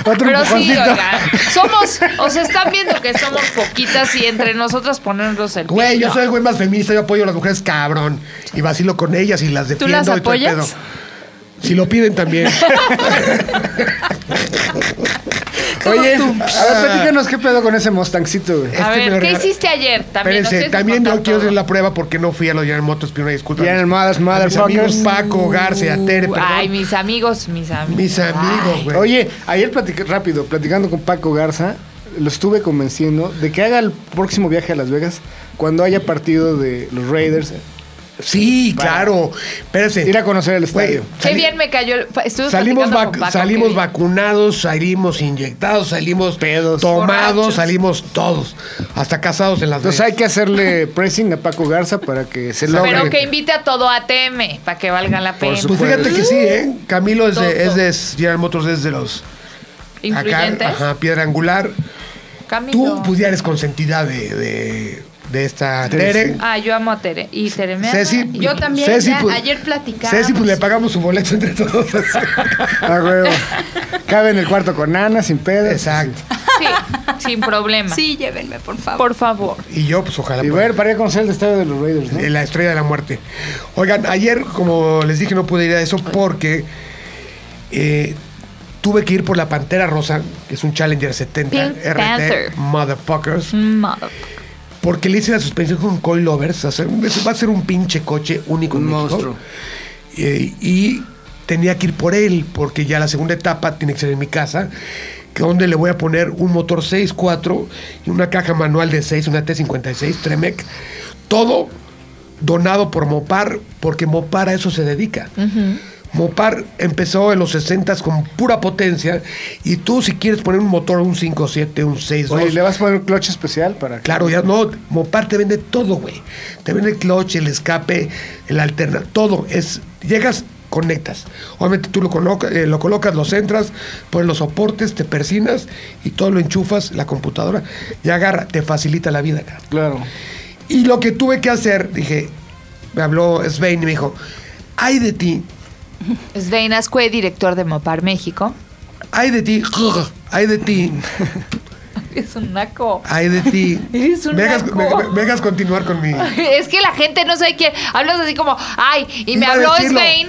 Speaker 4: Otro
Speaker 6: Pero sí,
Speaker 4: empujoncito.
Speaker 6: oigan, somos, o sea, están viendo que somos poquitas y entre nosotras ponernos el
Speaker 2: Güey,
Speaker 6: pie,
Speaker 2: yo
Speaker 6: ¿no?
Speaker 2: soy el güey más feminista, yo apoyo a las mujeres cabrón. Y vacilo con ellas y las defiendo.
Speaker 5: las
Speaker 2: y todo el
Speaker 5: apoyas?
Speaker 2: pedo. Si lo piden también.
Speaker 4: Oye, a ver, platícanos qué pedo con ese Mustangcito,
Speaker 6: A
Speaker 4: güey.
Speaker 2: es que me
Speaker 6: ver,
Speaker 2: lo
Speaker 6: ¿qué
Speaker 2: regala-
Speaker 6: hiciste ayer? También, nos
Speaker 2: Espérense,
Speaker 6: tienes que
Speaker 2: también yo
Speaker 6: contar
Speaker 2: quiero
Speaker 6: todo.
Speaker 2: hacer la prueba porque no fui a lo General Motors, pido una disculpa.
Speaker 4: General Motors,
Speaker 2: A mis amigos
Speaker 4: motherfuckers.
Speaker 2: Paco, Garce, Atere, perdón.
Speaker 6: Uh, Ay, mis amigos, mis amigos.
Speaker 2: mis amigos, güey.
Speaker 4: Oye, ayer platicé rápido, platicando con Paco Garza, lo estuve convenciendo de que haga el próximo viaje a Las Vegas cuando haya partido de los Raiders.
Speaker 2: Sí, claro. Espérense.
Speaker 4: Ir a conocer el
Speaker 2: Güey,
Speaker 4: estadio.
Speaker 6: Qué
Speaker 2: sali-
Speaker 6: bien me cayó. el- fa- Estuvimos
Speaker 2: Salimos,
Speaker 6: platicando
Speaker 2: vac-
Speaker 6: con Paco,
Speaker 2: salimos
Speaker 6: qué bien.
Speaker 2: vacunados, salimos inyectados, salimos
Speaker 4: Pedos.
Speaker 2: tomados,
Speaker 6: Borrachos.
Speaker 2: salimos todos, hasta casados en las
Speaker 4: Entonces hay que hacerle pressing a Paco Garza para que se logre.
Speaker 6: Pero que invite a todo ATM para que valga la pena.
Speaker 2: Pues fíjate que sí, ¿eh? Camilo es de, es
Speaker 6: Todo.
Speaker 2: de es- General Motors, es de los acá,
Speaker 6: Influyentes.
Speaker 2: ajá, piedra angular.
Speaker 6: Camilo.
Speaker 2: Tú, pues ya eres consentida de, de, de esta
Speaker 4: Tere,
Speaker 2: Tere.
Speaker 6: Ah, yo amo a Tere. Y Tere me ama.
Speaker 2: Ceci, pues,
Speaker 5: Yo también, ya ayer platicábamos.
Speaker 2: Ceci, pues le pagamos su boleto entre todos.
Speaker 4: Ah, huevo. Cabe en el cuarto con Ana, sin pedos.
Speaker 2: Exacto.
Speaker 6: Sí, sin problema.
Speaker 5: Sí, llévenme, por favor.
Speaker 6: Por favor.
Speaker 2: Y yo, pues ojalá.
Speaker 4: Y
Speaker 2: pueda.
Speaker 4: bueno, para ir a conocer el estadio de los Raiders, ¿no?
Speaker 2: Eh, La estrella de la muerte. Oigan, ayer, como les dije, no pude ir a eso porque eh, tuve que ir por la Pantera Rosa, que es un Challenger 70
Speaker 6: Pink
Speaker 2: RT,
Speaker 6: Panther.
Speaker 2: motherfuckers,
Speaker 6: Mother-
Speaker 2: porque le hice la suspensión con coilovers. o sea, eso va a ser un pinche coche único en
Speaker 4: Un
Speaker 2: México.
Speaker 4: monstruo.
Speaker 2: Eh, y tenía que ir por él, porque ya la segunda etapa tiene que ser en mi casa, que donde le voy a poner un motor 6.4 y una caja manual de 6, una T56 Tremec, todo donado por Mopar, porque Mopar a eso se dedica. Mopar empezó en los 60 con pura potencia y tú si quieres poner un motor, un 5.7, un 6.2...
Speaker 4: Oye, ¿le vas a poner un clutch especial para que-
Speaker 2: Claro, ya no, Mopar te vende todo, güey. Te vende el clutch, el escape, el alterna, todo. Es, llegas, conectas. Obviamente tú lo, coloca- eh, lo colocas, lo centras, pones los soportes, te persinas y todo lo enchufas, la computadora, y agarra, te facilita la vida, cara.
Speaker 4: Claro.
Speaker 2: Y lo que tuve que hacer, dije, me habló Svein y me dijo, ay de ti,
Speaker 6: Svein Ascue, director de Mopar México.
Speaker 2: ay de ti, ay de ti,
Speaker 6: Es un naco.
Speaker 2: ay de ti.
Speaker 6: Eres un
Speaker 2: me, hagas,
Speaker 6: naco.
Speaker 2: me- me- me hagas continuar con mi...
Speaker 6: Es que la gente no sabe quién. Hablas así como, ay, y me
Speaker 2: Iba a
Speaker 6: habló
Speaker 2: decirlo.
Speaker 6: Svein,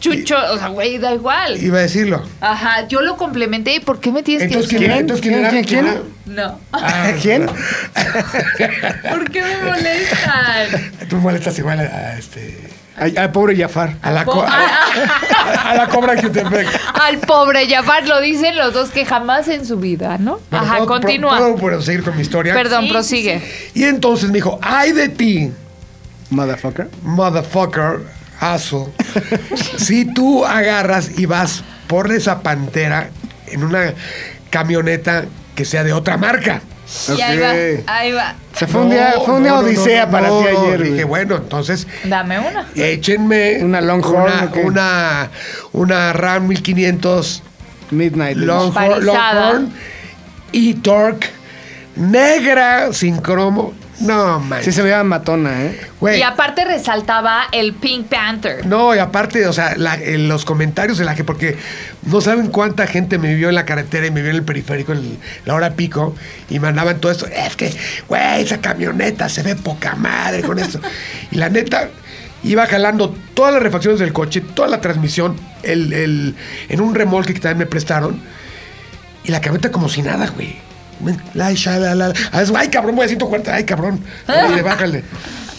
Speaker 6: chucho. O sea, güey, da igual.
Speaker 2: Iba a decirlo.
Speaker 6: Ajá, yo lo complementé. ¿Y por qué me tienes
Speaker 2: Entonces,
Speaker 6: que
Speaker 2: ¿quién,
Speaker 6: decir?
Speaker 2: era? entonces, ¿quién,
Speaker 4: ¿Quién?
Speaker 2: era?
Speaker 4: ¿Quién?
Speaker 2: ¿Quién era?
Speaker 4: ¿Quién?
Speaker 6: No.
Speaker 4: ¿Quién?
Speaker 6: ¿Por qué me molestan?
Speaker 2: Ah, Tú molestas igual a, a este.
Speaker 4: Ay, ay, pobre Jafar.
Speaker 2: A la, co- a, a la cobra que te pega.
Speaker 6: Al pobre Jafar lo dicen los dos que jamás en su vida, ¿no? Ajá, continúa.
Speaker 2: Puedo, puedo seguir con mi historia.
Speaker 6: Perdón,
Speaker 5: Sí, sí,
Speaker 6: prosigue.
Speaker 2: Y entonces me dijo: ¡Ay de ti,
Speaker 4: Motherfucker.
Speaker 2: motherfucker, aso! si tú agarras y vas por esa pantera en una camioneta que sea de otra marca.
Speaker 5: Y ahí
Speaker 4: Ok.
Speaker 5: va, ahí va.
Speaker 4: O sea, fue un día, fue una
Speaker 2: No, no, no,
Speaker 4: odisea
Speaker 2: no,
Speaker 4: para
Speaker 2: no,
Speaker 4: ti
Speaker 2: no.
Speaker 4: ayer.
Speaker 2: Dije,
Speaker 4: güey.
Speaker 2: bueno, entonces
Speaker 6: Dame una.
Speaker 2: échenme
Speaker 4: ¿Una Longhorn
Speaker 2: una,
Speaker 4: o qué?
Speaker 2: una, una RAM 1500
Speaker 4: Midnight.
Speaker 2: Long-
Speaker 6: Parizada.
Speaker 2: Longhorn y Torque negra sin cromo. No, man.
Speaker 4: Sí se veía matona, ¿eh?
Speaker 2: Güey,
Speaker 6: Y aparte resaltaba el Pink Panther.
Speaker 2: no, y aparte, o sea, la- en los comentarios de la que, porque no saben cuánta gente me vio en la carretera y me vio en el periférico en la hora pico y mandaban todo esto. Es que, güey, esa camioneta se ve poca madre con esto. y la neta, iba jalando todas las refacciones del coche, toda la transmisión, el, el- en un remolque que también me prestaron. Y la camioneta como si nada, güey. Men, La, sha, la, la. A veces, ay, cabrón, voy a 140, ay, cabrón. Órale, bájale.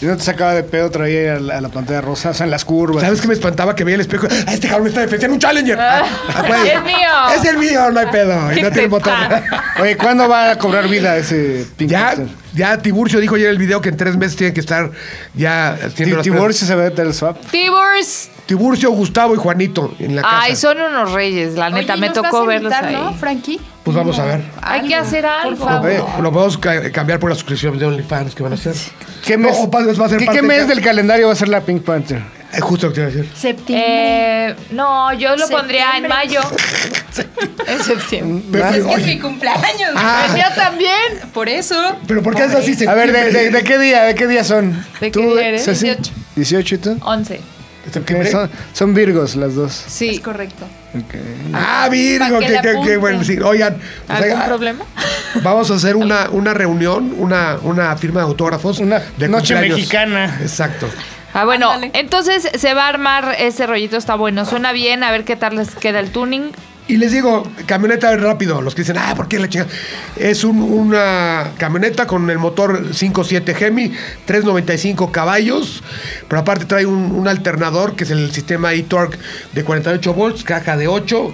Speaker 4: Y no te sacaba de pedo traía a la, a la pantalla rosa, o sea, en las curvas.
Speaker 2: ¿Sabes qué me espantaba? Que veía el espejo. "Ah, este cabrón me está defendiendo un Challenger. Ah, güey.
Speaker 6: es mío.
Speaker 2: Es el mío, no hay pedo. Y
Speaker 6: ¿Qué
Speaker 2: no tiene
Speaker 6: te
Speaker 2: botón.
Speaker 6: pasa?
Speaker 4: Oye, ¿cuándo va a cobrar vida ese Pink
Speaker 2: Ya,
Speaker 4: Panther?
Speaker 2: ya Tiburcio dijo ayer en el video que en tres meses tiene que estar ya haciendo
Speaker 4: Ti-
Speaker 2: las
Speaker 4: Tiburcio se ve del swap.
Speaker 6: Tibors.
Speaker 2: pruebas. Tiburcio, Gustavo y Juanito en la casa.
Speaker 6: Ay, son unos reyes, la neta.
Speaker 5: Oye,
Speaker 6: me
Speaker 5: ¿nos vas
Speaker 6: tocó
Speaker 5: a
Speaker 6: verlos
Speaker 5: invitar,
Speaker 6: ahí.
Speaker 5: ¿no, Frankie?
Speaker 2: Pues vamos a ver.
Speaker 6: Hay que hacer algo.
Speaker 4: favor.
Speaker 2: Lo, lo podemos ca- cambiar por la suscripción de OnlyFans que van a hacer.
Speaker 4: ¿Qué
Speaker 2: No,
Speaker 4: mes,
Speaker 2: o pa- va a ser
Speaker 4: ¿qué,
Speaker 2: parte
Speaker 4: qué
Speaker 2: de-
Speaker 4: mes del calendario va a ser la Pink Panther?
Speaker 2: Eh, Justo lo que te iba a decir.
Speaker 5: Septiembre.
Speaker 6: Eh, no, yo lo pondría en
Speaker 5: Septiembre.
Speaker 6: mayo. en septiembre.
Speaker 2: Pero,
Speaker 5: es que es
Speaker 2: oye,
Speaker 5: mi cumpleaños.
Speaker 2: Ah.
Speaker 6: El mío también.
Speaker 5: Por eso.
Speaker 2: pero ¿por qué es así?
Speaker 4: A ver, ¿de,
Speaker 2: septiembre?
Speaker 4: de- de qué día? ¿De qué día son?
Speaker 6: ¿De
Speaker 4: ¿Tú,
Speaker 6: qué día eres?
Speaker 4: Ceci?
Speaker 6: 18.
Speaker 4: 18 y tú.
Speaker 6: 11.
Speaker 2: ¿De septiembre?
Speaker 4: Son, son virgos las dos.
Speaker 5: Es
Speaker 6: Sí.
Speaker 5: correcto.
Speaker 2: Ah, Virgo,
Speaker 5: Pa' que
Speaker 2: qué,
Speaker 5: le
Speaker 2: qué- qué
Speaker 5: apunte.
Speaker 2: bueno. sí, oigan, pues,
Speaker 6: ¿Algún
Speaker 2: oiga,
Speaker 6: problema?
Speaker 2: vamos a hacer una, una reunión, una, una firma de autógrafos.
Speaker 4: Una
Speaker 2: de
Speaker 4: noche mexicana.
Speaker 2: Exacto.
Speaker 6: Ah, bueno,
Speaker 5: Ándale.
Speaker 6: entonces se va a armar ese rollito, está bueno, suena bien, a ver qué tal les queda el tuning.
Speaker 2: Y les digo, camioneta rápido, los que dicen, ah, ¿por qué la chica? Es un- una camioneta con el motor 5.7 Hemi, 395 caballos, pero aparte trae un, un alternador que es el sistema e-torque de 48 volts, caja de 8.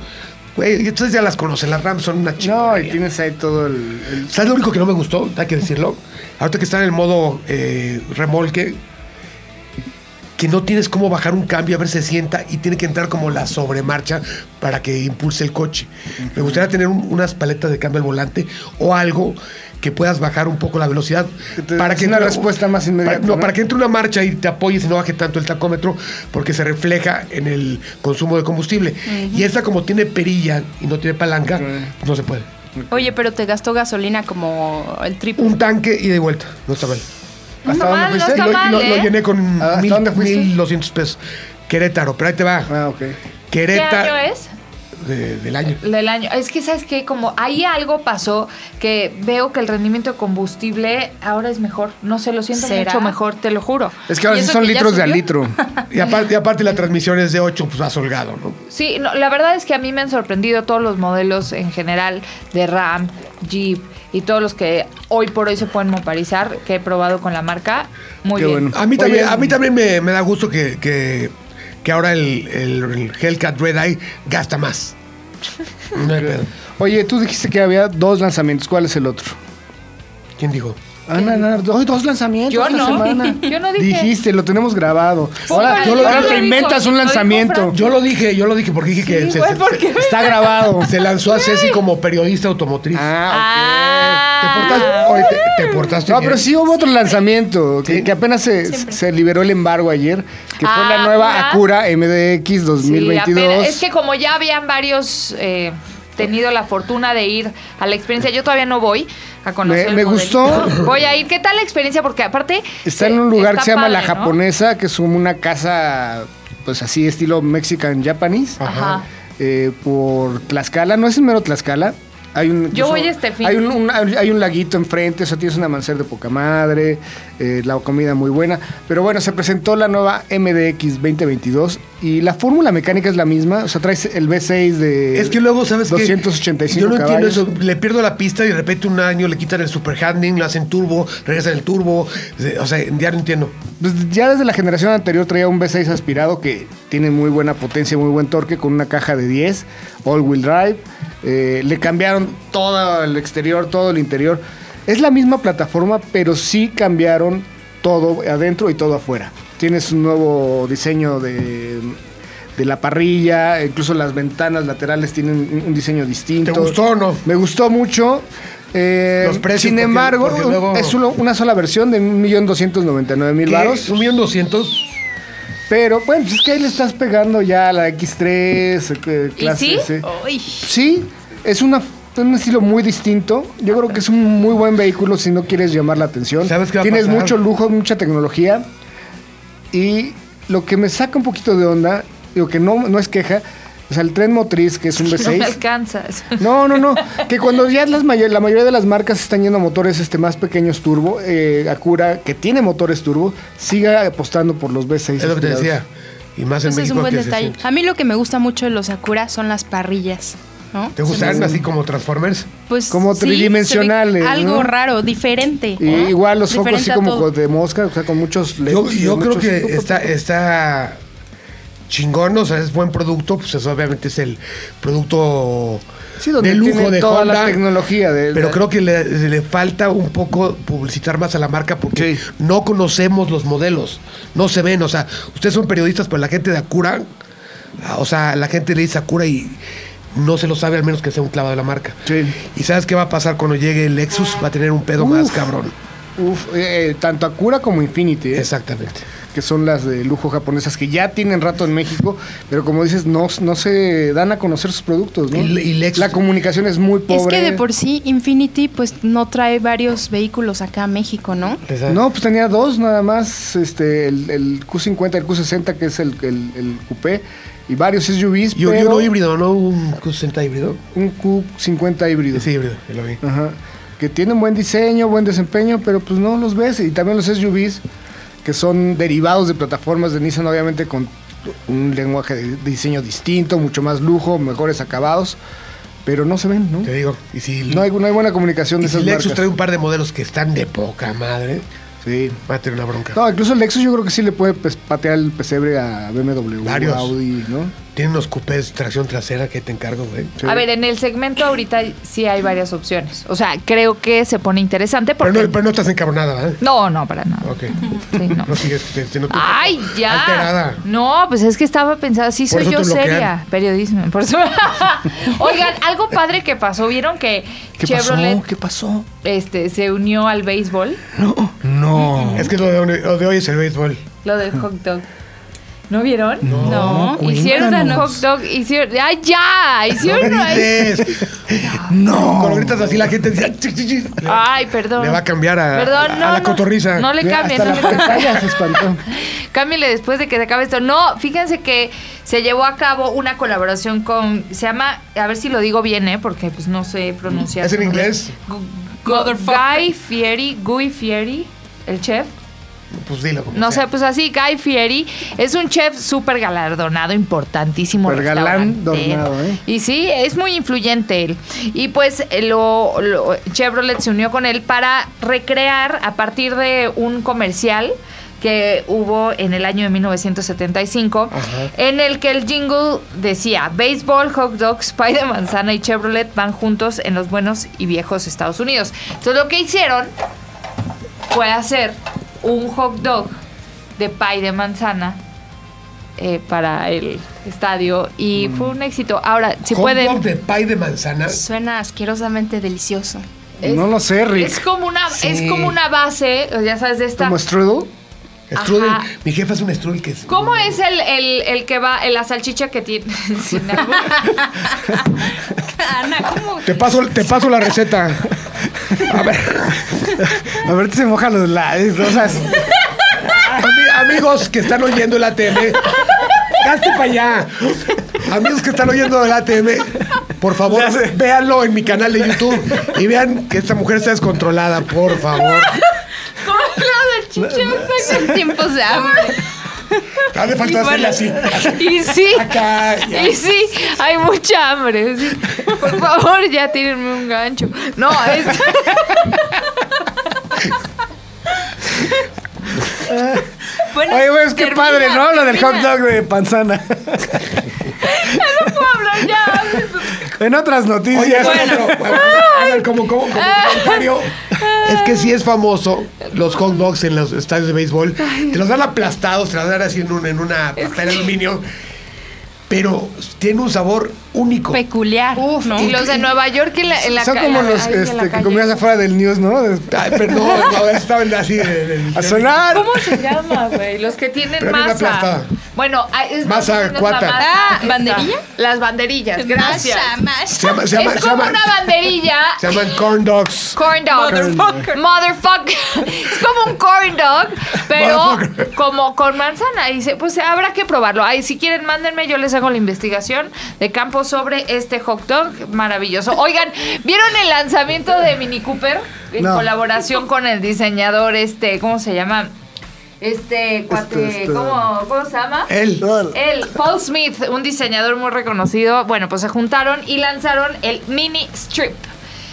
Speaker 2: Güey, y ustedes ya las conocen, las RAM son una chica.
Speaker 4: No, y tienes ahí todo el. el-
Speaker 2: ¿Sabes lo único que no me gustó? Hay que decirlo. Ahorita que está en el modo eh, remolque, que no tienes cómo bajar un cambio a ver si se sienta y tiene que entrar como la sobremarcha para que impulse el coche. Me gustaría tener un- unas paletas de cambio al volante o algo que puedas bajar un poco la velocidad
Speaker 4: Que te des una respuesta más inmediata,
Speaker 2: para- no,
Speaker 4: ¿no?
Speaker 2: para que entre una marcha y te apoyes y no baje tanto el tacómetro porque se refleja en el consumo de combustible. Y esta como tiene perilla y no tiene palanca,
Speaker 4: Ok.
Speaker 2: no se puede.
Speaker 5: Oye, pero te gastó gasolina como el triple.
Speaker 2: un tanque y de vuelta. No está mal.
Speaker 6: No
Speaker 4: ¿Hasta
Speaker 6: está
Speaker 4: dónde
Speaker 6: mal, no
Speaker 4: fuiste?
Speaker 6: está
Speaker 2: Lo,
Speaker 6: mal,
Speaker 2: lo- lo
Speaker 6: ¿eh?
Speaker 2: llené con
Speaker 4: Ah, ¿Hasta
Speaker 2: mil,
Speaker 4: dónde fuiste?
Speaker 2: 1200 pesos. Querétaro, pero ahí te va.
Speaker 4: Ah, ok.
Speaker 6: ¿Qué
Speaker 2: Querétaro.
Speaker 6: año es?
Speaker 2: de- del año.
Speaker 6: Del año. Es que, ¿sabes qué? Como ahí algo pasó que veo que el rendimiento de combustible ahora es mejor. No sé, lo siento
Speaker 5: ¿Será?
Speaker 6: mucho mejor, te lo juro.
Speaker 4: Es que ahora
Speaker 5: ¿Y
Speaker 4: sí
Speaker 5: eso
Speaker 4: son
Speaker 5: que ya
Speaker 4: litros de a
Speaker 5: subió?
Speaker 4: litro.
Speaker 2: Y aparte, y aparte la transmisión es de 8, pues vas holgado, ¿no?
Speaker 6: Sí, no, la verdad es que a mí me han sorprendido todos los modelos en general de RAM, Jeep y todos los que hoy por hoy se pueden motorizar que he probado con la marca. Muy
Speaker 4: Qué
Speaker 6: bien.
Speaker 4: bueno.
Speaker 2: A mí también,
Speaker 4: Oye,
Speaker 2: a mí también me, me da gusto que, que, que ahora el, el- el Hellcat Red Eye gasta más. No hay pedo.
Speaker 4: Oye, tú dijiste que había dos lanzamientos. ¿Cuál es el otro? Ah,
Speaker 2: ¿Quién dijo?
Speaker 4: Ana, Ana, dos, dos lanzamientos
Speaker 6: Yo
Speaker 4: esta
Speaker 6: no.
Speaker 4: semana.
Speaker 6: Yo no dije.
Speaker 4: Dijiste, lo tenemos grabado. Ahora,
Speaker 6: yo lo
Speaker 4: ahora
Speaker 6: dije.
Speaker 4: te
Speaker 6: Lo
Speaker 4: inventas
Speaker 6: dijo,
Speaker 4: un
Speaker 6: lo dijo
Speaker 4: lanzamiento.
Speaker 6: Fran.
Speaker 2: Yo lo dije, yo lo dije porque dije que se,
Speaker 6: güey,
Speaker 2: se-
Speaker 6: ¿por qué?
Speaker 4: Está grabado.
Speaker 2: se lanzó a Ceci como periodista automotriz.
Speaker 6: Ah,
Speaker 2: Te portaste, oye, te, te portaste
Speaker 4: No,
Speaker 2: bien.
Speaker 4: pero sí hubo otro lanzamiento, que,
Speaker 2: Sí.
Speaker 4: que apenas se, se liberó el embargo ayer, que fue
Speaker 6: Ah,
Speaker 4: la nueva
Speaker 6: ¿Acura?
Speaker 4: Acura MDX
Speaker 6: Sí,
Speaker 4: 2022.
Speaker 6: apenas- es que como ya habían varios eh, tenido la fortuna de ir a la experiencia, yo todavía no voy a conocer.
Speaker 4: Me-
Speaker 6: el
Speaker 4: me
Speaker 6: modelito.
Speaker 4: gustó.
Speaker 6: Voy a ir. ¿Qué tal la experiencia? Porque aparte.
Speaker 4: Está
Speaker 6: eh,
Speaker 4: en un lugar que
Speaker 6: está
Speaker 4: se llama La
Speaker 6: padre, ¿no?
Speaker 4: Japonesa, que es como una casa, pues así, estilo Mexican Japanese,
Speaker 6: Ajá.
Speaker 4: eh, por Tlaxcala, no es en mero Tlaxcala. Hay un,
Speaker 6: Yo voy este fin.
Speaker 4: Hay un, un- hay un laguito enfrente, o sea, tienes una mancer de poca madre, eh, la comida muy buena. Pero bueno, se presentó la nueva MDX 2022 y la fórmula mecánica es la misma, o sea, traes el V6 de
Speaker 2: Es que luego, ¿sabes qué?
Speaker 4: 285
Speaker 2: Yo no
Speaker 4: caballos.
Speaker 2: entiendo eso. Le pierdo la pista y de repente un año le quitan el super handling, lo hacen turbo, regresan el turbo. O sea, ya no entiendo.
Speaker 4: Pues ya desde la generación anterior traía un V6 aspirado que tiene muy buena potencia, muy buen torque, con una caja de 10, all-wheel drive. Eh, le cambiaron todo el exterior, todo el interior. Es la misma plataforma, pero sí cambiaron todo adentro y todo afuera. Tienes un nuevo diseño de, de la parrilla, incluso las ventanas laterales tienen un- un diseño distinto.
Speaker 2: ¿Te gustó o no?
Speaker 4: Me gustó mucho. Eh,
Speaker 2: Los precios,
Speaker 4: sin
Speaker 2: porque-
Speaker 4: embargo,
Speaker 2: porque luego-
Speaker 4: es solo una sola versión de 1.299.000 varos.
Speaker 2: Un millón doscientos.
Speaker 4: Pero bueno, pues es que ahí le estás pegando ya a la X3, eh,
Speaker 6: ¿Y
Speaker 4: clase
Speaker 6: sí? Oh.
Speaker 4: C.
Speaker 5: Uy.
Speaker 4: Sí, es una, un estilo muy distinto. Yo creo que es un muy buen vehículo si no quieres llamar la atención.
Speaker 2: ¿Sabes qué va a
Speaker 4: Tienes
Speaker 2: pasar?
Speaker 4: mucho lujo, mucha tecnología. Y lo que me saca un poquito de onda, lo que no, no es queja, o sea, el tren motriz, que es un
Speaker 6: No me
Speaker 4: V6.
Speaker 6: alcanzas.
Speaker 4: No, no, no. Que cuando ya las may- la mayoría de las marcas están yendo a motores este, más pequeños turbo, eh, Acura, que tiene motores turbo, siga apostando por los V6.
Speaker 2: Es lo que te
Speaker 4: aspirados.
Speaker 2: decía. Y más en
Speaker 5: Ese es
Speaker 2: México
Speaker 5: un buen
Speaker 2: que se
Speaker 5: detalle.
Speaker 2: siente.
Speaker 5: A mí lo que me gusta mucho de los Sakura son las parrillas. ¿no?
Speaker 2: ¿Te gustan así como Transformers?
Speaker 5: Pues,
Speaker 4: Como
Speaker 5: se ve
Speaker 4: tridimensionales,
Speaker 5: Algo
Speaker 4: ¿no?
Speaker 5: raro, diferente.
Speaker 4: Y
Speaker 5: ¿no?
Speaker 4: igual los focos
Speaker 5: Diferente
Speaker 4: así
Speaker 5: a
Speaker 4: como
Speaker 5: todo.
Speaker 4: con- de mosca, o sea, con muchos LEDs
Speaker 2: Yo,
Speaker 4: y
Speaker 2: yo creo
Speaker 4: muchos-
Speaker 2: que está, está chingón, o sea, es buen producto. Pues eso obviamente es el producto
Speaker 4: Sí, donde
Speaker 2: de lujo
Speaker 4: tiene
Speaker 2: de
Speaker 4: toda la
Speaker 2: Honda.
Speaker 4: tecnología de-
Speaker 2: Pero
Speaker 4: de-
Speaker 2: creo que le, le falta un poco publicitar más a la marca porque
Speaker 4: Sí.
Speaker 2: no conocemos los modelos, no se ven, o sea, ustedes son periodistas, pero la gente de Acura, ah, o sea, la gente le dice Acura y no se lo sabe al menos que sea un clavo de la marca.
Speaker 4: Sí.
Speaker 2: Y sabes qué va a pasar cuando llegue el Lexus, va a tener un pedo más
Speaker 4: Uf.
Speaker 2: cabrón.
Speaker 4: Uf, eh, eh, tanto Acura como Infinity. ¿eh?
Speaker 2: Exactamente.
Speaker 4: Que que son las de lujo japonesas, que ya tienen rato en México, pero como dices, no, no se dan a conocer sus productos, ¿no?
Speaker 2: Y le- y le-
Speaker 4: la comunicación es muy
Speaker 5: Es
Speaker 4: pobre.
Speaker 5: que de por sí Infinity pues no trae varios vehículos acá a México, ¿no?
Speaker 4: No, pues tenía dos nada más, este, el, el Q50, el Q60, que es el, el, el coupé, y varios SUVs,
Speaker 2: Y un- y
Speaker 4: pero
Speaker 2: uno híbrido, ¿no? Un Q60 híbrido.
Speaker 4: un Q50 híbrido.
Speaker 2: Sí, híbrido, ya lo vi.
Speaker 4: Ajá. Que tienen buen diseño, buen desempeño, pero pues no los ves. Y también los SUVs, que son derivados de plataformas de Nissan, obviamente con un lenguaje de diseño distinto, mucho más lujo, mejores acabados, pero no se ven, ¿no?
Speaker 2: Te digo, y si,
Speaker 4: No hay, no hay buena comunicación
Speaker 2: y
Speaker 4: de
Speaker 2: si
Speaker 4: esas
Speaker 2: Lexus
Speaker 4: marcas.
Speaker 2: trae un par de modelos que están de poca madre,
Speaker 4: Sí.
Speaker 2: va a tener una bronca.
Speaker 4: No, incluso el Lexus yo creo que sí le puede pues, patear el pesebre a BMW,
Speaker 2: Varios.
Speaker 4: Audi, ¿no?
Speaker 2: Tiene unos coupés tracción trasera que te encargo, güey.
Speaker 4: Sí.
Speaker 6: A ver, en el segmento ahorita sí hay varias opciones. O sea, creo que se pone interesante
Speaker 2: Pero
Speaker 6: porque...
Speaker 2: no, pero no estás encabronada, ¿verdad?
Speaker 6: no, no, para nada.
Speaker 2: Ok.
Speaker 6: Sí, no.
Speaker 2: No sigues te- te- no te-
Speaker 6: Ay, ya.
Speaker 2: Alterada.
Speaker 6: No, pues es que estaba pensando, sí
Speaker 2: Por eso
Speaker 6: soy yo
Speaker 2: te bloquean.
Speaker 6: seria. Periodismo, por eso. Oigan, algo padre que pasó, ¿vieron que Chevrolet
Speaker 3: ¿Qué pasó?
Speaker 6: este se unió al béisbol?
Speaker 3: No.
Speaker 2: Es que lo de, hoy- lo de hoy es el béisbol.
Speaker 6: Lo del hot dog. ¿No vieron?
Speaker 5: No,
Speaker 6: Hicieron un hot
Speaker 3: cuéntanos.
Speaker 6: dog, hicieron. ¡Ay, ya! Hicieron.
Speaker 2: ¡No grites! Cuando
Speaker 3: No.
Speaker 2: gritas así la gente dice... "Ah, chi, chi, chi".
Speaker 6: Ay, perdón.
Speaker 2: Le va a cambiar a,
Speaker 6: Perdón,
Speaker 2: a- a
Speaker 6: no,
Speaker 2: la
Speaker 6: no,
Speaker 2: cotorriza.
Speaker 6: No le
Speaker 4: Ve,
Speaker 6: cambien,
Speaker 4: hasta
Speaker 6: no
Speaker 4: la
Speaker 6: le cambien.
Speaker 4: pantalla se espantó.
Speaker 6: Cámbiale después de que se acabe esto. No, fíjense que se llevó a cabo una colaboración con. Se llama. A ver si lo digo bien, ¿eh? Porque pues no sé pronunciar.
Speaker 2: ¿Es en
Speaker 6: su nombre.
Speaker 2: inglés?
Speaker 6: Gu- Gu- Guy Fieri, Guy Fieri, el chef.
Speaker 2: Pues dilo. como
Speaker 6: No
Speaker 2: sea.
Speaker 6: sé, pues así, Guy Fieri es un chef súper galardonado, importantísimo.
Speaker 4: Supergalardonado,
Speaker 6: restaurantero.
Speaker 4: ¿eh?
Speaker 6: Y sí, es muy influyente él. Y pues eh, lo, lo- Chevrolet se unió con él para recrear a partir de un comercial que hubo en el año de 1975, en el que el jingle decía, béisbol, hot dogs, pie de manzana y Chevrolet van juntos en los buenos y viejos Estados Unidos. Entonces lo que hicieron fue hacer un hot dog de pie de manzana eh, para el estadio
Speaker 2: Mm.
Speaker 6: y fue un éxito. Ahora, si
Speaker 2: Hot
Speaker 6: pueden...
Speaker 2: dog de pie de manzana.
Speaker 5: Suena asquerosamente delicioso.
Speaker 6: Es-
Speaker 4: no lo sé, Rick.
Speaker 6: Es como una,
Speaker 2: Sí.
Speaker 6: es como una base, ya sabes, de esta.
Speaker 4: Como strudel.
Speaker 2: Strudel.
Speaker 6: Ajá.
Speaker 2: Mi jefa es un strudel que es...
Speaker 6: ¿Cómo es el, el, el que va, el- la salchicha que tiene? Sin albur. Ana, ¿cómo?
Speaker 2: Te paso, te paso la receta. A ver,
Speaker 4: A ver, se mojan los labios. O sea, es-
Speaker 2: ami- amigos que están oyendo el ATM, hazte para allá. Amigos que están oyendo el ATM, por favor, véanlo en mi canal de YouTube y vean que esta mujer está descontrolada, por favor.
Speaker 6: ¿Cómo la salchicha está con tiempos de hambre?
Speaker 2: Hace falta hacerle así.
Speaker 6: Y sí,
Speaker 2: Acá.
Speaker 6: y sí, hay mucha hambre. sí. Por favor, ya tírenme un gancho. No, es. bueno,
Speaker 3: Oye, güey, es que
Speaker 6: termina,
Speaker 3: padre, ¿no? Lo del hot
Speaker 6: termina.
Speaker 3: dog de panzana.
Speaker 6: Ya no puedo hablar, ya.
Speaker 3: En otras noticias.
Speaker 2: Oye, eso no, bueno, a ver, como, como, como comentario, es que sí es famoso los hot dogs en los estadios de béisbol. Te los dan aplastados, te los dan así en, un- en una papel aluminio, pero tiene un sabor único.
Speaker 5: Peculiar.
Speaker 6: Uf, y los de Nueva York en la, en la
Speaker 4: son
Speaker 6: ca-
Speaker 4: como
Speaker 6: la-
Speaker 4: los
Speaker 6: ahí en la
Speaker 4: este, que
Speaker 6: calle.
Speaker 4: comías afuera del news, ¿no? De-
Speaker 2: Ay, pero no, no, estaban así. de- de- de-
Speaker 4: A sonar.
Speaker 6: ¿Cómo se llama, güey? Los que tienen
Speaker 2: Pero viene
Speaker 6: masa.
Speaker 2: aplastada.
Speaker 6: Bueno, ah, es
Speaker 2: Masa
Speaker 6: más o menos
Speaker 2: cuata.
Speaker 6: la masa.
Speaker 5: Ah,
Speaker 6: Esta.
Speaker 5: ¿banderilla?
Speaker 6: Las banderillas, gracias.
Speaker 5: Masha, masha.
Speaker 2: se llama- se llama-
Speaker 6: es
Speaker 2: se
Speaker 6: como
Speaker 2: llaman-
Speaker 6: una banderilla.
Speaker 2: se llaman corn dogs.
Speaker 6: Corn dog. Motherfucker. Es como un corn dog, pero
Speaker 2: Motherfucker.
Speaker 6: como con manzana. Y dice, pues habrá que probarlo. Ay, si quieren, mándenme, yo les hago la investigación de campo sobre este hot dog maravilloso. Oigan, ¿vieron el lanzamiento de Mini Cooper? En
Speaker 4: No.
Speaker 6: colaboración con el diseñador, este, ¿cómo se llama? Este, cuate,
Speaker 4: este.
Speaker 6: ¿cómo, ¿cómo se llama?
Speaker 2: Él.
Speaker 6: El Paul Smith, un diseñador muy reconocido, bueno, pues se juntaron y lanzaron el Mini Strip.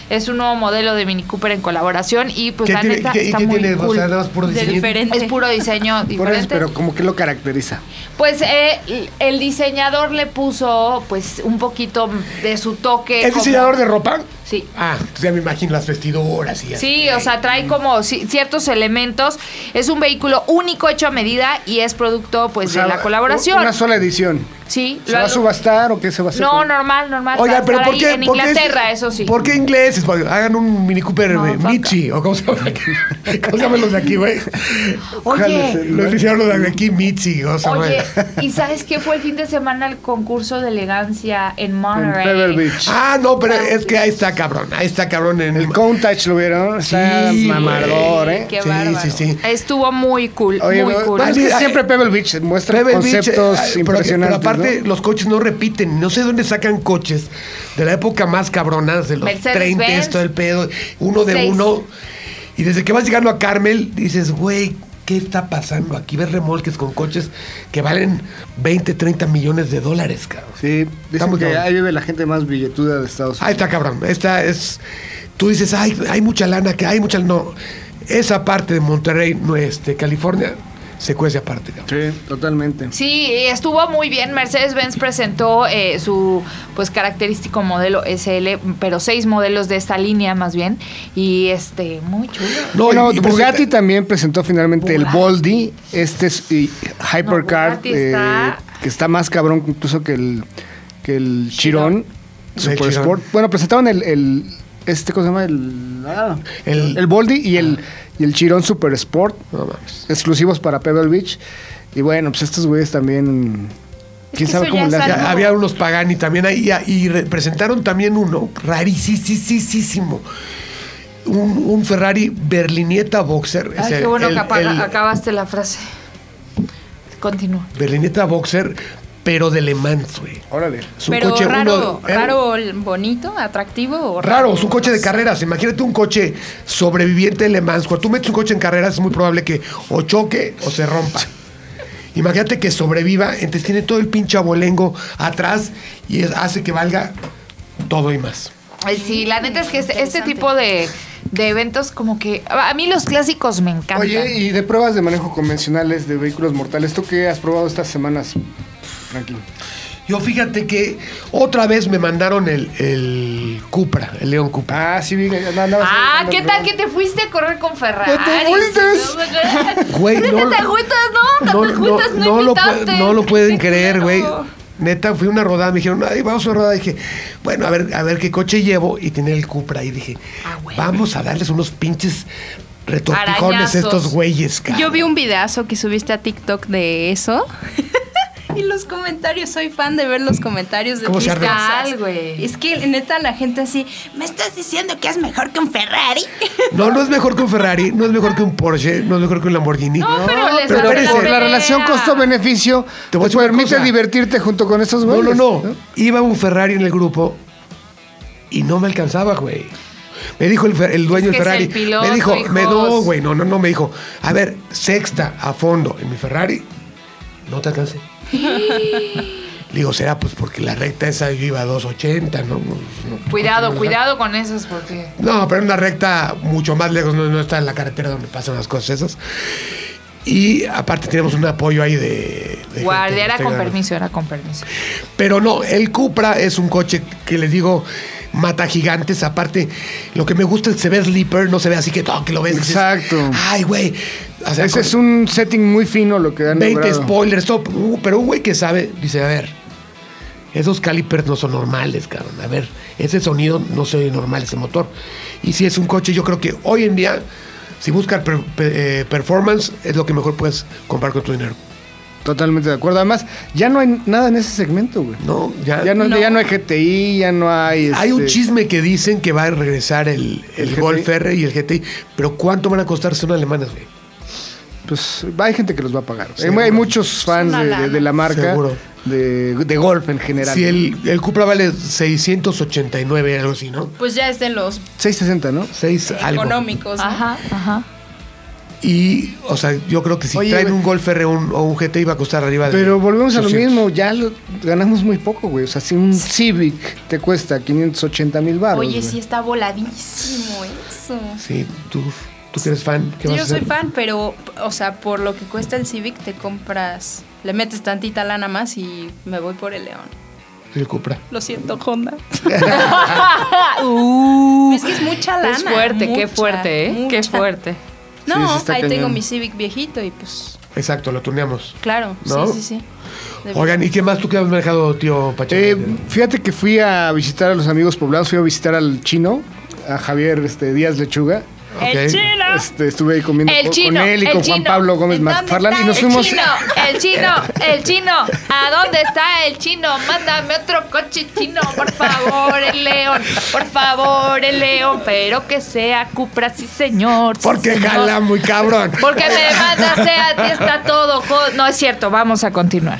Speaker 6: Es un nuevo modelo de Mini Cooper en colaboración y pues
Speaker 2: ¿Qué
Speaker 6: la
Speaker 2: tiene,
Speaker 6: neta
Speaker 2: qué- y
Speaker 6: está
Speaker 2: qué
Speaker 6: muy
Speaker 2: tiene? O
Speaker 6: cool.
Speaker 2: sea, nada más puro
Speaker 5: De
Speaker 2: diseño.
Speaker 5: diferente.
Speaker 6: es puro diseño
Speaker 4: Por eso,
Speaker 6: diferente.
Speaker 4: pero como que lo caracteriza.
Speaker 6: Pues eh, el- el diseñador le puso pues un poquito de su toque.
Speaker 2: ¿Es
Speaker 6: como-
Speaker 2: diseñador de ropa?
Speaker 6: Sí.
Speaker 2: Ah, entonces ya me imagino las vestiduras y así.
Speaker 6: Sí, o sea, trae como ci- ciertos elementos. Es un vehículo único hecho a medida y es producto pues
Speaker 4: O sea,
Speaker 6: de la colaboración.
Speaker 4: Una sola edición.
Speaker 6: Sí,
Speaker 4: ¿Se
Speaker 6: lo-
Speaker 4: va a subastar o qué se va a hacer?
Speaker 6: No,
Speaker 4: con-
Speaker 6: normal, normal. va
Speaker 2: Oiga,
Speaker 6: a
Speaker 2: pero
Speaker 6: estar
Speaker 2: ¿por
Speaker 6: ahí
Speaker 2: qué?
Speaker 6: En
Speaker 2: por qué es-
Speaker 6: Inglaterra, eso sí.
Speaker 2: ¿Por qué ingleses? Pues, Hagan un Mini Cooper
Speaker 6: No,
Speaker 2: eh,
Speaker 6: vaca.
Speaker 2: Michi, o cómo se llama. ¿Cómo se llaman los de aquí, güey?
Speaker 6: Oye,
Speaker 2: Los hicieron los de aquí, Michi, o sea, güey.
Speaker 6: oye, ¿y sabes qué fue el fin de semana el concurso de elegancia en
Speaker 4: En
Speaker 6: Monterey?
Speaker 4: Pebble Beach.
Speaker 2: Ah, no, pero es que ahí está cabrón, ahí está cabrón en
Speaker 4: El Countach lo vieron. Está
Speaker 2: Sí,
Speaker 4: mamador,
Speaker 6: Sí,
Speaker 4: ¿eh?
Speaker 6: Qué
Speaker 2: Sí,
Speaker 6: bárbaro.
Speaker 2: sí, sí.
Speaker 6: Estuvo muy cool,
Speaker 4: Oye,
Speaker 6: muy
Speaker 4: no,
Speaker 6: cool.
Speaker 4: es que
Speaker 2: Ah,
Speaker 4: siempre Pebble Beach muestra
Speaker 2: Pebble Beach,
Speaker 4: conceptos
Speaker 2: eh, pero-
Speaker 4: impresionantes.
Speaker 2: Pero, aparte,
Speaker 4: ¿no?
Speaker 2: los coches no repiten. No sé dónde sacan coches de la época más cabronas, de los
Speaker 6: Mercedes
Speaker 2: 30,
Speaker 6: Benz.
Speaker 2: esto del pedo, uno de
Speaker 6: Seis.
Speaker 2: uno. Y desde que vas llegando a Carmel, dices, güey, ¿qué está pasando? Aquí ves remolques con coches que valen 20, 30 millones de dólares, cabrón.
Speaker 4: Sí,
Speaker 2: Está
Speaker 4: dicen
Speaker 2: muy
Speaker 4: que
Speaker 2: cabrón.
Speaker 4: ahí vive la gente más billetuda de Estados
Speaker 2: Ahí
Speaker 4: Unidos.
Speaker 2: está, cabrón. Esta es. Tú dices, ay, hay mucha lana, que hay mucha. No. Esa parte de Monterrey, no, este, California, se cuece aparte, cabrón.
Speaker 4: Sí, totalmente.
Speaker 6: Sí, estuvo muy bien. Mercedes-Benz presentó eh, su pues característico modelo SL, pero seis modelos de esta línea más bien. Y este, muy chulo.
Speaker 2: No,
Speaker 4: Bueno,
Speaker 2: y- y
Speaker 4: Bugatti
Speaker 2: presenta-
Speaker 4: también presentó finalmente el Boldy, este es, y Hypercar,
Speaker 6: Bugatti está-
Speaker 4: eh, que está más cabrón incluso que el, que el Chiron,
Speaker 2: Sí,
Speaker 4: Super
Speaker 2: Chiron.
Speaker 4: Sport. Bueno, presentaron el, el- este, ¿cómo se llama? El, ah,
Speaker 2: El-
Speaker 4: el, Boldy y el,
Speaker 6: Ah.
Speaker 4: y el Chiron Super Sport,
Speaker 2: No mames.
Speaker 4: exclusivos para Pebble Beach. Y bueno, pues estos güeyes también,
Speaker 6: Es que
Speaker 4: quién sabe
Speaker 6: eso
Speaker 4: cómo
Speaker 6: ya
Speaker 4: le
Speaker 6: es
Speaker 4: hacen.
Speaker 6: algo-
Speaker 2: Ya, había unos Pagani también ahí y- y representaron también uno rarísimo. Un, un Ferrari Berlineta Boxer.
Speaker 6: Ay,
Speaker 2: ese,
Speaker 6: qué bueno
Speaker 2: el-
Speaker 6: que apaga-
Speaker 2: el
Speaker 6: acabaste la frase. Continúa.
Speaker 2: Berlineta Boxer, pero de Le Mans, güey.
Speaker 4: Órale.
Speaker 2: Es un
Speaker 5: Pero
Speaker 2: coche,
Speaker 5: raro,
Speaker 2: uno- eh,
Speaker 5: raro, bonito, atractivo o
Speaker 2: Raro, es un coche de carreras. Imagínate un coche sobreviviente de Le Mans. Cuando tú metes un coche en carreras es muy probable que o choque o se rompa. Imagínate que sobreviva, entonces tiene todo el pinche abolengo atrás y es- hace que valga todo y más.
Speaker 6: Ay, Sí, la neta es que este, este
Speaker 5: Interesante.
Speaker 6: tipo de, de eventos como que... A mí los clásicos me encantan.
Speaker 4: Oye, y de pruebas de manejo convencionales de vehículos mortales, ¿tú qué has probado estas semanas, Franklin?
Speaker 2: Yo fíjate que otra vez me mandaron el, el Cupra, el León Cupra.
Speaker 4: Ah, sí, vi. andabas-
Speaker 6: Ah,
Speaker 4: andabas-
Speaker 6: ¿qué tal que te fuiste a correr con pues, Ferrari?
Speaker 4: No te agüites.
Speaker 2: Güey,
Speaker 6: no,
Speaker 2: no-
Speaker 6: te agüitas, no, no te agüitas, no,
Speaker 2: no lo,
Speaker 6: invitaste.
Speaker 2: pue- no lo pueden
Speaker 6: Te
Speaker 2: creer,
Speaker 6: quiero.
Speaker 2: güey. Neta, fui a una rodada, me dijeron, ay, vamos a una rodada. Dije, bueno, a ver, a ver qué coche llevo. Y tenía el Cupra. Y dije,
Speaker 6: Ah, güey.
Speaker 2: vamos a darles unos pinches retortijones a
Speaker 6: Arañazos.
Speaker 2: estos güeyes, cabrón.
Speaker 5: Yo vi un videazo que subiste a TikTok de eso. y los comentarios, soy fan de ver los comentarios de
Speaker 2: ¿Cómo se
Speaker 5: mis
Speaker 2: arma?
Speaker 5: cosas.
Speaker 6: güey.
Speaker 5: Es que neta la gente así, ¿me estás diciendo que es mejor que un Ferrari?
Speaker 2: No, no es mejor que un Ferrari, no es mejor que un Porsche, no es mejor que un Lamborghini.
Speaker 6: No, pero les
Speaker 2: pero espérense.
Speaker 6: vale la,
Speaker 4: por la
Speaker 6: pena.
Speaker 4: relación costo-beneficio
Speaker 2: Te
Speaker 4: te,
Speaker 2: voy a decir una
Speaker 4: permite
Speaker 2: cosa.
Speaker 4: divertirte junto con estos
Speaker 2: No,
Speaker 4: güeyes.
Speaker 2: no, no. Iba un Ferrari en el grupo y no me alcanzaba, güey. Me dijo el, fer- el dueño del
Speaker 6: Es que es
Speaker 2: Ferrari.
Speaker 6: el piloto,
Speaker 2: me dijo, me no,
Speaker 6: hijos.
Speaker 2: güey, no, no, no, me dijo, a ver, sexta a fondo en mi Ferrari, no te alcancé. Le digo, será pues porque la recta esa yo iba a 280, ¿no? No,
Speaker 6: Cuidado, cuidado con esas porque...
Speaker 2: No, pero en una recta mucho más lejos, no, no está en la carretera donde pasan las cosas esas. Y aparte tenemos un apoyo ahí de... de gente,
Speaker 6: Guardia, era
Speaker 2: estoy
Speaker 6: con
Speaker 2: dando-
Speaker 6: permiso, era con permiso.
Speaker 2: pero no, el Cupra es un coche que les digo mata gigantes. Aparte, lo que me gusta es que se ve sleeper, no se ve así que, no, que lo ves. y dices,
Speaker 4: Exacto.
Speaker 2: Ay, güey. O sea,
Speaker 4: Ese
Speaker 2: con
Speaker 4: es un setting muy fino lo que han
Speaker 2: 20
Speaker 4: logrado.
Speaker 2: spoilers, todo. Uh, Pero un güey que sabe, dice, a ver, esos calipers no son normales, cabrón. A ver, ese sonido no se oye normal, ese motor. Y si es un coche, yo creo que hoy en día, si buscas per- pe- eh, performance, es lo que mejor puedes comprar con tu dinero.
Speaker 4: Totalmente de acuerdo. Además, ya no hay nada en ese segmento, güey.
Speaker 2: No, ya.
Speaker 4: Ya no,
Speaker 5: No.
Speaker 4: ya no hay GTI, ya no hay...
Speaker 2: Hay un
Speaker 4: este,
Speaker 2: chisme que dicen que va a regresar el, el,
Speaker 4: ¿El GTI?
Speaker 2: Golf R y el GTI, pero ¿cuánto van a costar? Son alemanas, güey.
Speaker 4: Pues hay gente que los va a pagar. Hay-
Speaker 2: Seguro.
Speaker 4: hay muchos fans
Speaker 5: una
Speaker 4: de, de- de la marca.
Speaker 2: Seguro.
Speaker 4: De, de golf en general.
Speaker 2: Si el, el Cupra vale 689, algo así, ¿no?
Speaker 5: Pues ya es de los
Speaker 4: 660, ¿no?
Speaker 2: 6 algo.
Speaker 5: económicos. ¿no?
Speaker 6: Ajá, ajá.
Speaker 2: Y, o sea, yo creo que si
Speaker 4: Oye,
Speaker 2: traen
Speaker 4: güey.
Speaker 2: un Golf R o un- o un GTI va a costar arriba de.
Speaker 4: Pero volvemos a lo
Speaker 2: 800.
Speaker 4: mismo, ya lo- ganamos muy poco, güey. O sea, si un Civic te cuesta 580 mil baros.
Speaker 5: Oye,
Speaker 4: güey.
Speaker 5: sí está voladísimo eso.
Speaker 2: Sí, tú, tú que eres fan. ¿qué vas a
Speaker 5: Yo soy
Speaker 2: hacer?
Speaker 5: fan, pero, o sea, por lo que cuesta el Civic, te compras, le metes tantita lana más y me voy por el León.
Speaker 2: El Cupra.
Speaker 5: Lo siento, Honda.
Speaker 6: Uh,
Speaker 5: Es que es mucha lana.
Speaker 6: es fuerte, qué
Speaker 5: mucha,
Speaker 6: fuerte, ¿eh? Qué
Speaker 5: mucha.
Speaker 6: fuerte.
Speaker 5: No,
Speaker 4: Sí, sí está
Speaker 5: ahí
Speaker 4: cañón.
Speaker 5: tengo mi Civic viejito y pues,
Speaker 2: Exacto, lo tuneamos.
Speaker 5: claro,
Speaker 2: ¿No?
Speaker 5: sí, sí, sí. De-
Speaker 2: Oigan, ¿y qué más tú que has manejado, tío Pacheco?
Speaker 4: Eh, fíjate que fui a visitar a los amigos poblados, fui a visitar al chino, a Javier este, Díaz Lechuga.
Speaker 2: Ok.
Speaker 6: El chino.
Speaker 4: Este, estuve ahí comiendo
Speaker 6: El
Speaker 4: con,
Speaker 6: chino,
Speaker 4: con él y
Speaker 6: el
Speaker 4: con Juan
Speaker 6: chino.
Speaker 4: Pablo Gómez
Speaker 5: ¿En dónde
Speaker 4: Farlán y
Speaker 5: está
Speaker 4: nos
Speaker 5: el
Speaker 6: El
Speaker 4: fuimos.
Speaker 6: chino, el chino, el chino. ¿A dónde está el chino? Mándame otro coche chino, por favor, el león. Por favor, el león. Pero que sea Cupra, sí, señor. sí,
Speaker 2: Porque
Speaker 6: señor.
Speaker 2: jala muy cabrón.
Speaker 6: Porque me manda sea, ti está todo. jo- No es cierto, vamos a continuar.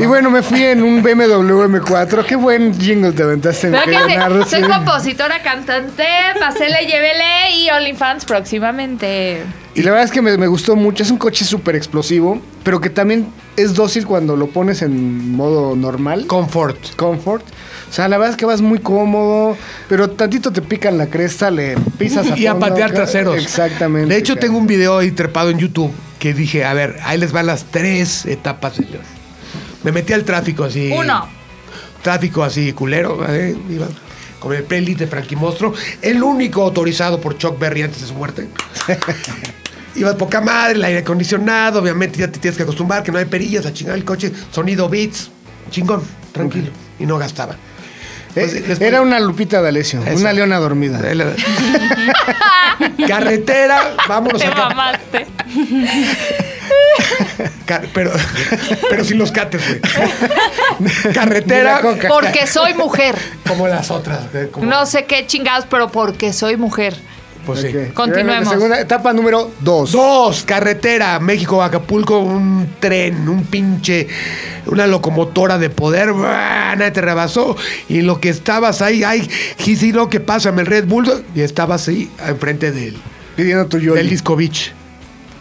Speaker 4: Y bueno, me fui en un BMW M4. Qué buen jingle te aventaste, mi
Speaker 6: Pero que
Speaker 4: querido Nardo,
Speaker 6: soy
Speaker 4: sí.
Speaker 6: compositora, cantante, pasele, llévele y OnlyFans próximamente.
Speaker 4: Y la verdad es que me, me gustó mucho. Es un coche súper explosivo, pero que también es dócil cuando lo pones en modo normal.
Speaker 2: Comfort.
Speaker 4: Comfort. O sea, la verdad es que vas muy cómodo, pero tantito te pican la cresta, le pisas a
Speaker 2: Y a
Speaker 4: fondo,
Speaker 2: patear
Speaker 4: ca-
Speaker 2: traseros.
Speaker 4: Exactamente.
Speaker 2: De hecho,
Speaker 4: ca-
Speaker 2: tengo un video ahí trepado en YouTube que dije, a ver, ahí les van las tres etapas, señor. Me metí al tráfico así.
Speaker 6: Uno.
Speaker 2: Tráfico así culero, ¿eh? Iba con el peli de Frankie Mostro, el único autorizado por Chuck Berry antes de su muerte. Iba de poca madre, el aire acondicionado, obviamente ya te tienes que acostumbrar, que no hay perillas, a chingar el coche, sonido beats, chingón, tranquilo. Y no gastaba.
Speaker 4: Eh,
Speaker 2: Entonces, después-
Speaker 4: era una Lupita D'Alessio,
Speaker 2: Eso.
Speaker 4: una leona dormida.
Speaker 2: Carretera, vámonos
Speaker 6: Te
Speaker 2: a Cap-
Speaker 6: mamaste.
Speaker 2: Ca- pero, pero sin los cates, güey.
Speaker 4: Ni la
Speaker 2: Carretera
Speaker 4: coca.
Speaker 6: Porque soy mujer.
Speaker 2: como las otras. güey, como-
Speaker 6: No sé qué chingados, pero porque soy mujer.
Speaker 2: pues sí.
Speaker 4: Ok.
Speaker 6: Continuemos.
Speaker 4: La segunda etapa número 2.
Speaker 2: Dos, carretera, México, Acapulco, un tren, un pinche, una locomotora de poder, ¡buah! nadie te rebasó. Y lo que estabas ahí, ay, sí, lo que pasa, el Red Bull, y estabas ahí enfrente del,
Speaker 4: Pidiendo tu yo.
Speaker 2: del Disco Beach.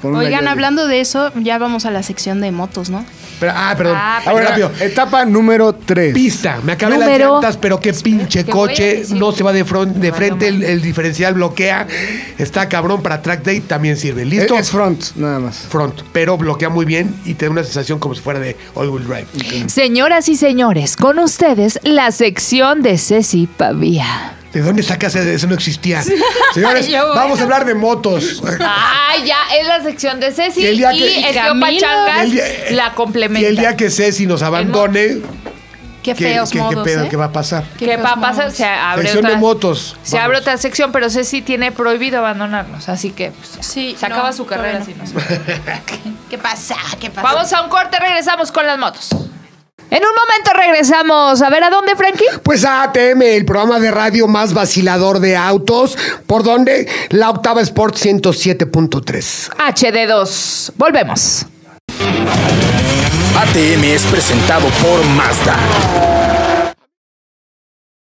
Speaker 5: Oigan, hablando de eso, ya vamos a la sección de motos, ¿no?
Speaker 2: Pero- ah, perdón,
Speaker 6: Ah,
Speaker 2: muy
Speaker 4: Ahora,
Speaker 2: rápido.
Speaker 4: etapa número 3.
Speaker 2: pista. Me acabé
Speaker 6: Número-
Speaker 2: las llantas, pero qué pinche
Speaker 6: que voy a
Speaker 2: coche.
Speaker 6: decir-
Speaker 2: No se va de, front- de
Speaker 6: Vale,
Speaker 2: frente, el,
Speaker 6: madre.
Speaker 2: el diferencial bloquea. Está cabrón para track day, también sirve. ¿Listo?
Speaker 4: Es front, nada más.
Speaker 2: front, pero bloquea muy bien y te da una sensación como si fuera de all-wheel drive.
Speaker 6: Señoras y señores, con ustedes la sección de Ceci Pavía.
Speaker 2: ¿De dónde sacas eso? Eso no existía. Señores,
Speaker 6: Yo, bueno.
Speaker 2: vamos a hablar de motos.
Speaker 6: Ah, ya, es la sección de Ceci
Speaker 2: Y
Speaker 6: y
Speaker 2: el
Speaker 6: el,
Speaker 2: día que-
Speaker 6: tío
Speaker 5: Camilo.
Speaker 6: Pachangas
Speaker 2: El día-
Speaker 6: la
Speaker 2: Y
Speaker 6: complementa.
Speaker 2: el día que Ceci nos abandone, ¿qué,
Speaker 5: Qué feos
Speaker 2: qué- qué
Speaker 5: modos,
Speaker 2: pedo?
Speaker 5: ¿eh?
Speaker 2: ¿Qué va a pasar?
Speaker 5: Qué
Speaker 6: que va a
Speaker 5: feos
Speaker 6: pasar,
Speaker 5: modos.
Speaker 6: se abre
Speaker 2: Sección
Speaker 6: otra,
Speaker 2: de motos.
Speaker 6: se
Speaker 2: Vamos.
Speaker 6: abre otra sección, pero Ceci tiene prohibido abandonarnos, así que pues,
Speaker 5: Sí,
Speaker 6: se
Speaker 5: no,
Speaker 6: acaba su carrera.
Speaker 5: todavía
Speaker 6: si
Speaker 5: no.
Speaker 6: no se-
Speaker 5: ¿Qué pasa? ¿Qué pasa?
Speaker 6: Vamos a un corte, regresamos con las motos. En un momento regresamos. A ver, ¿a dónde, Frankie?
Speaker 2: Pues a ATM, el programa de radio más vacilador de autos, por donde la octava Sport 107.3.
Speaker 6: HD2. Volvemos.
Speaker 1: ATM es presentado por Mazda.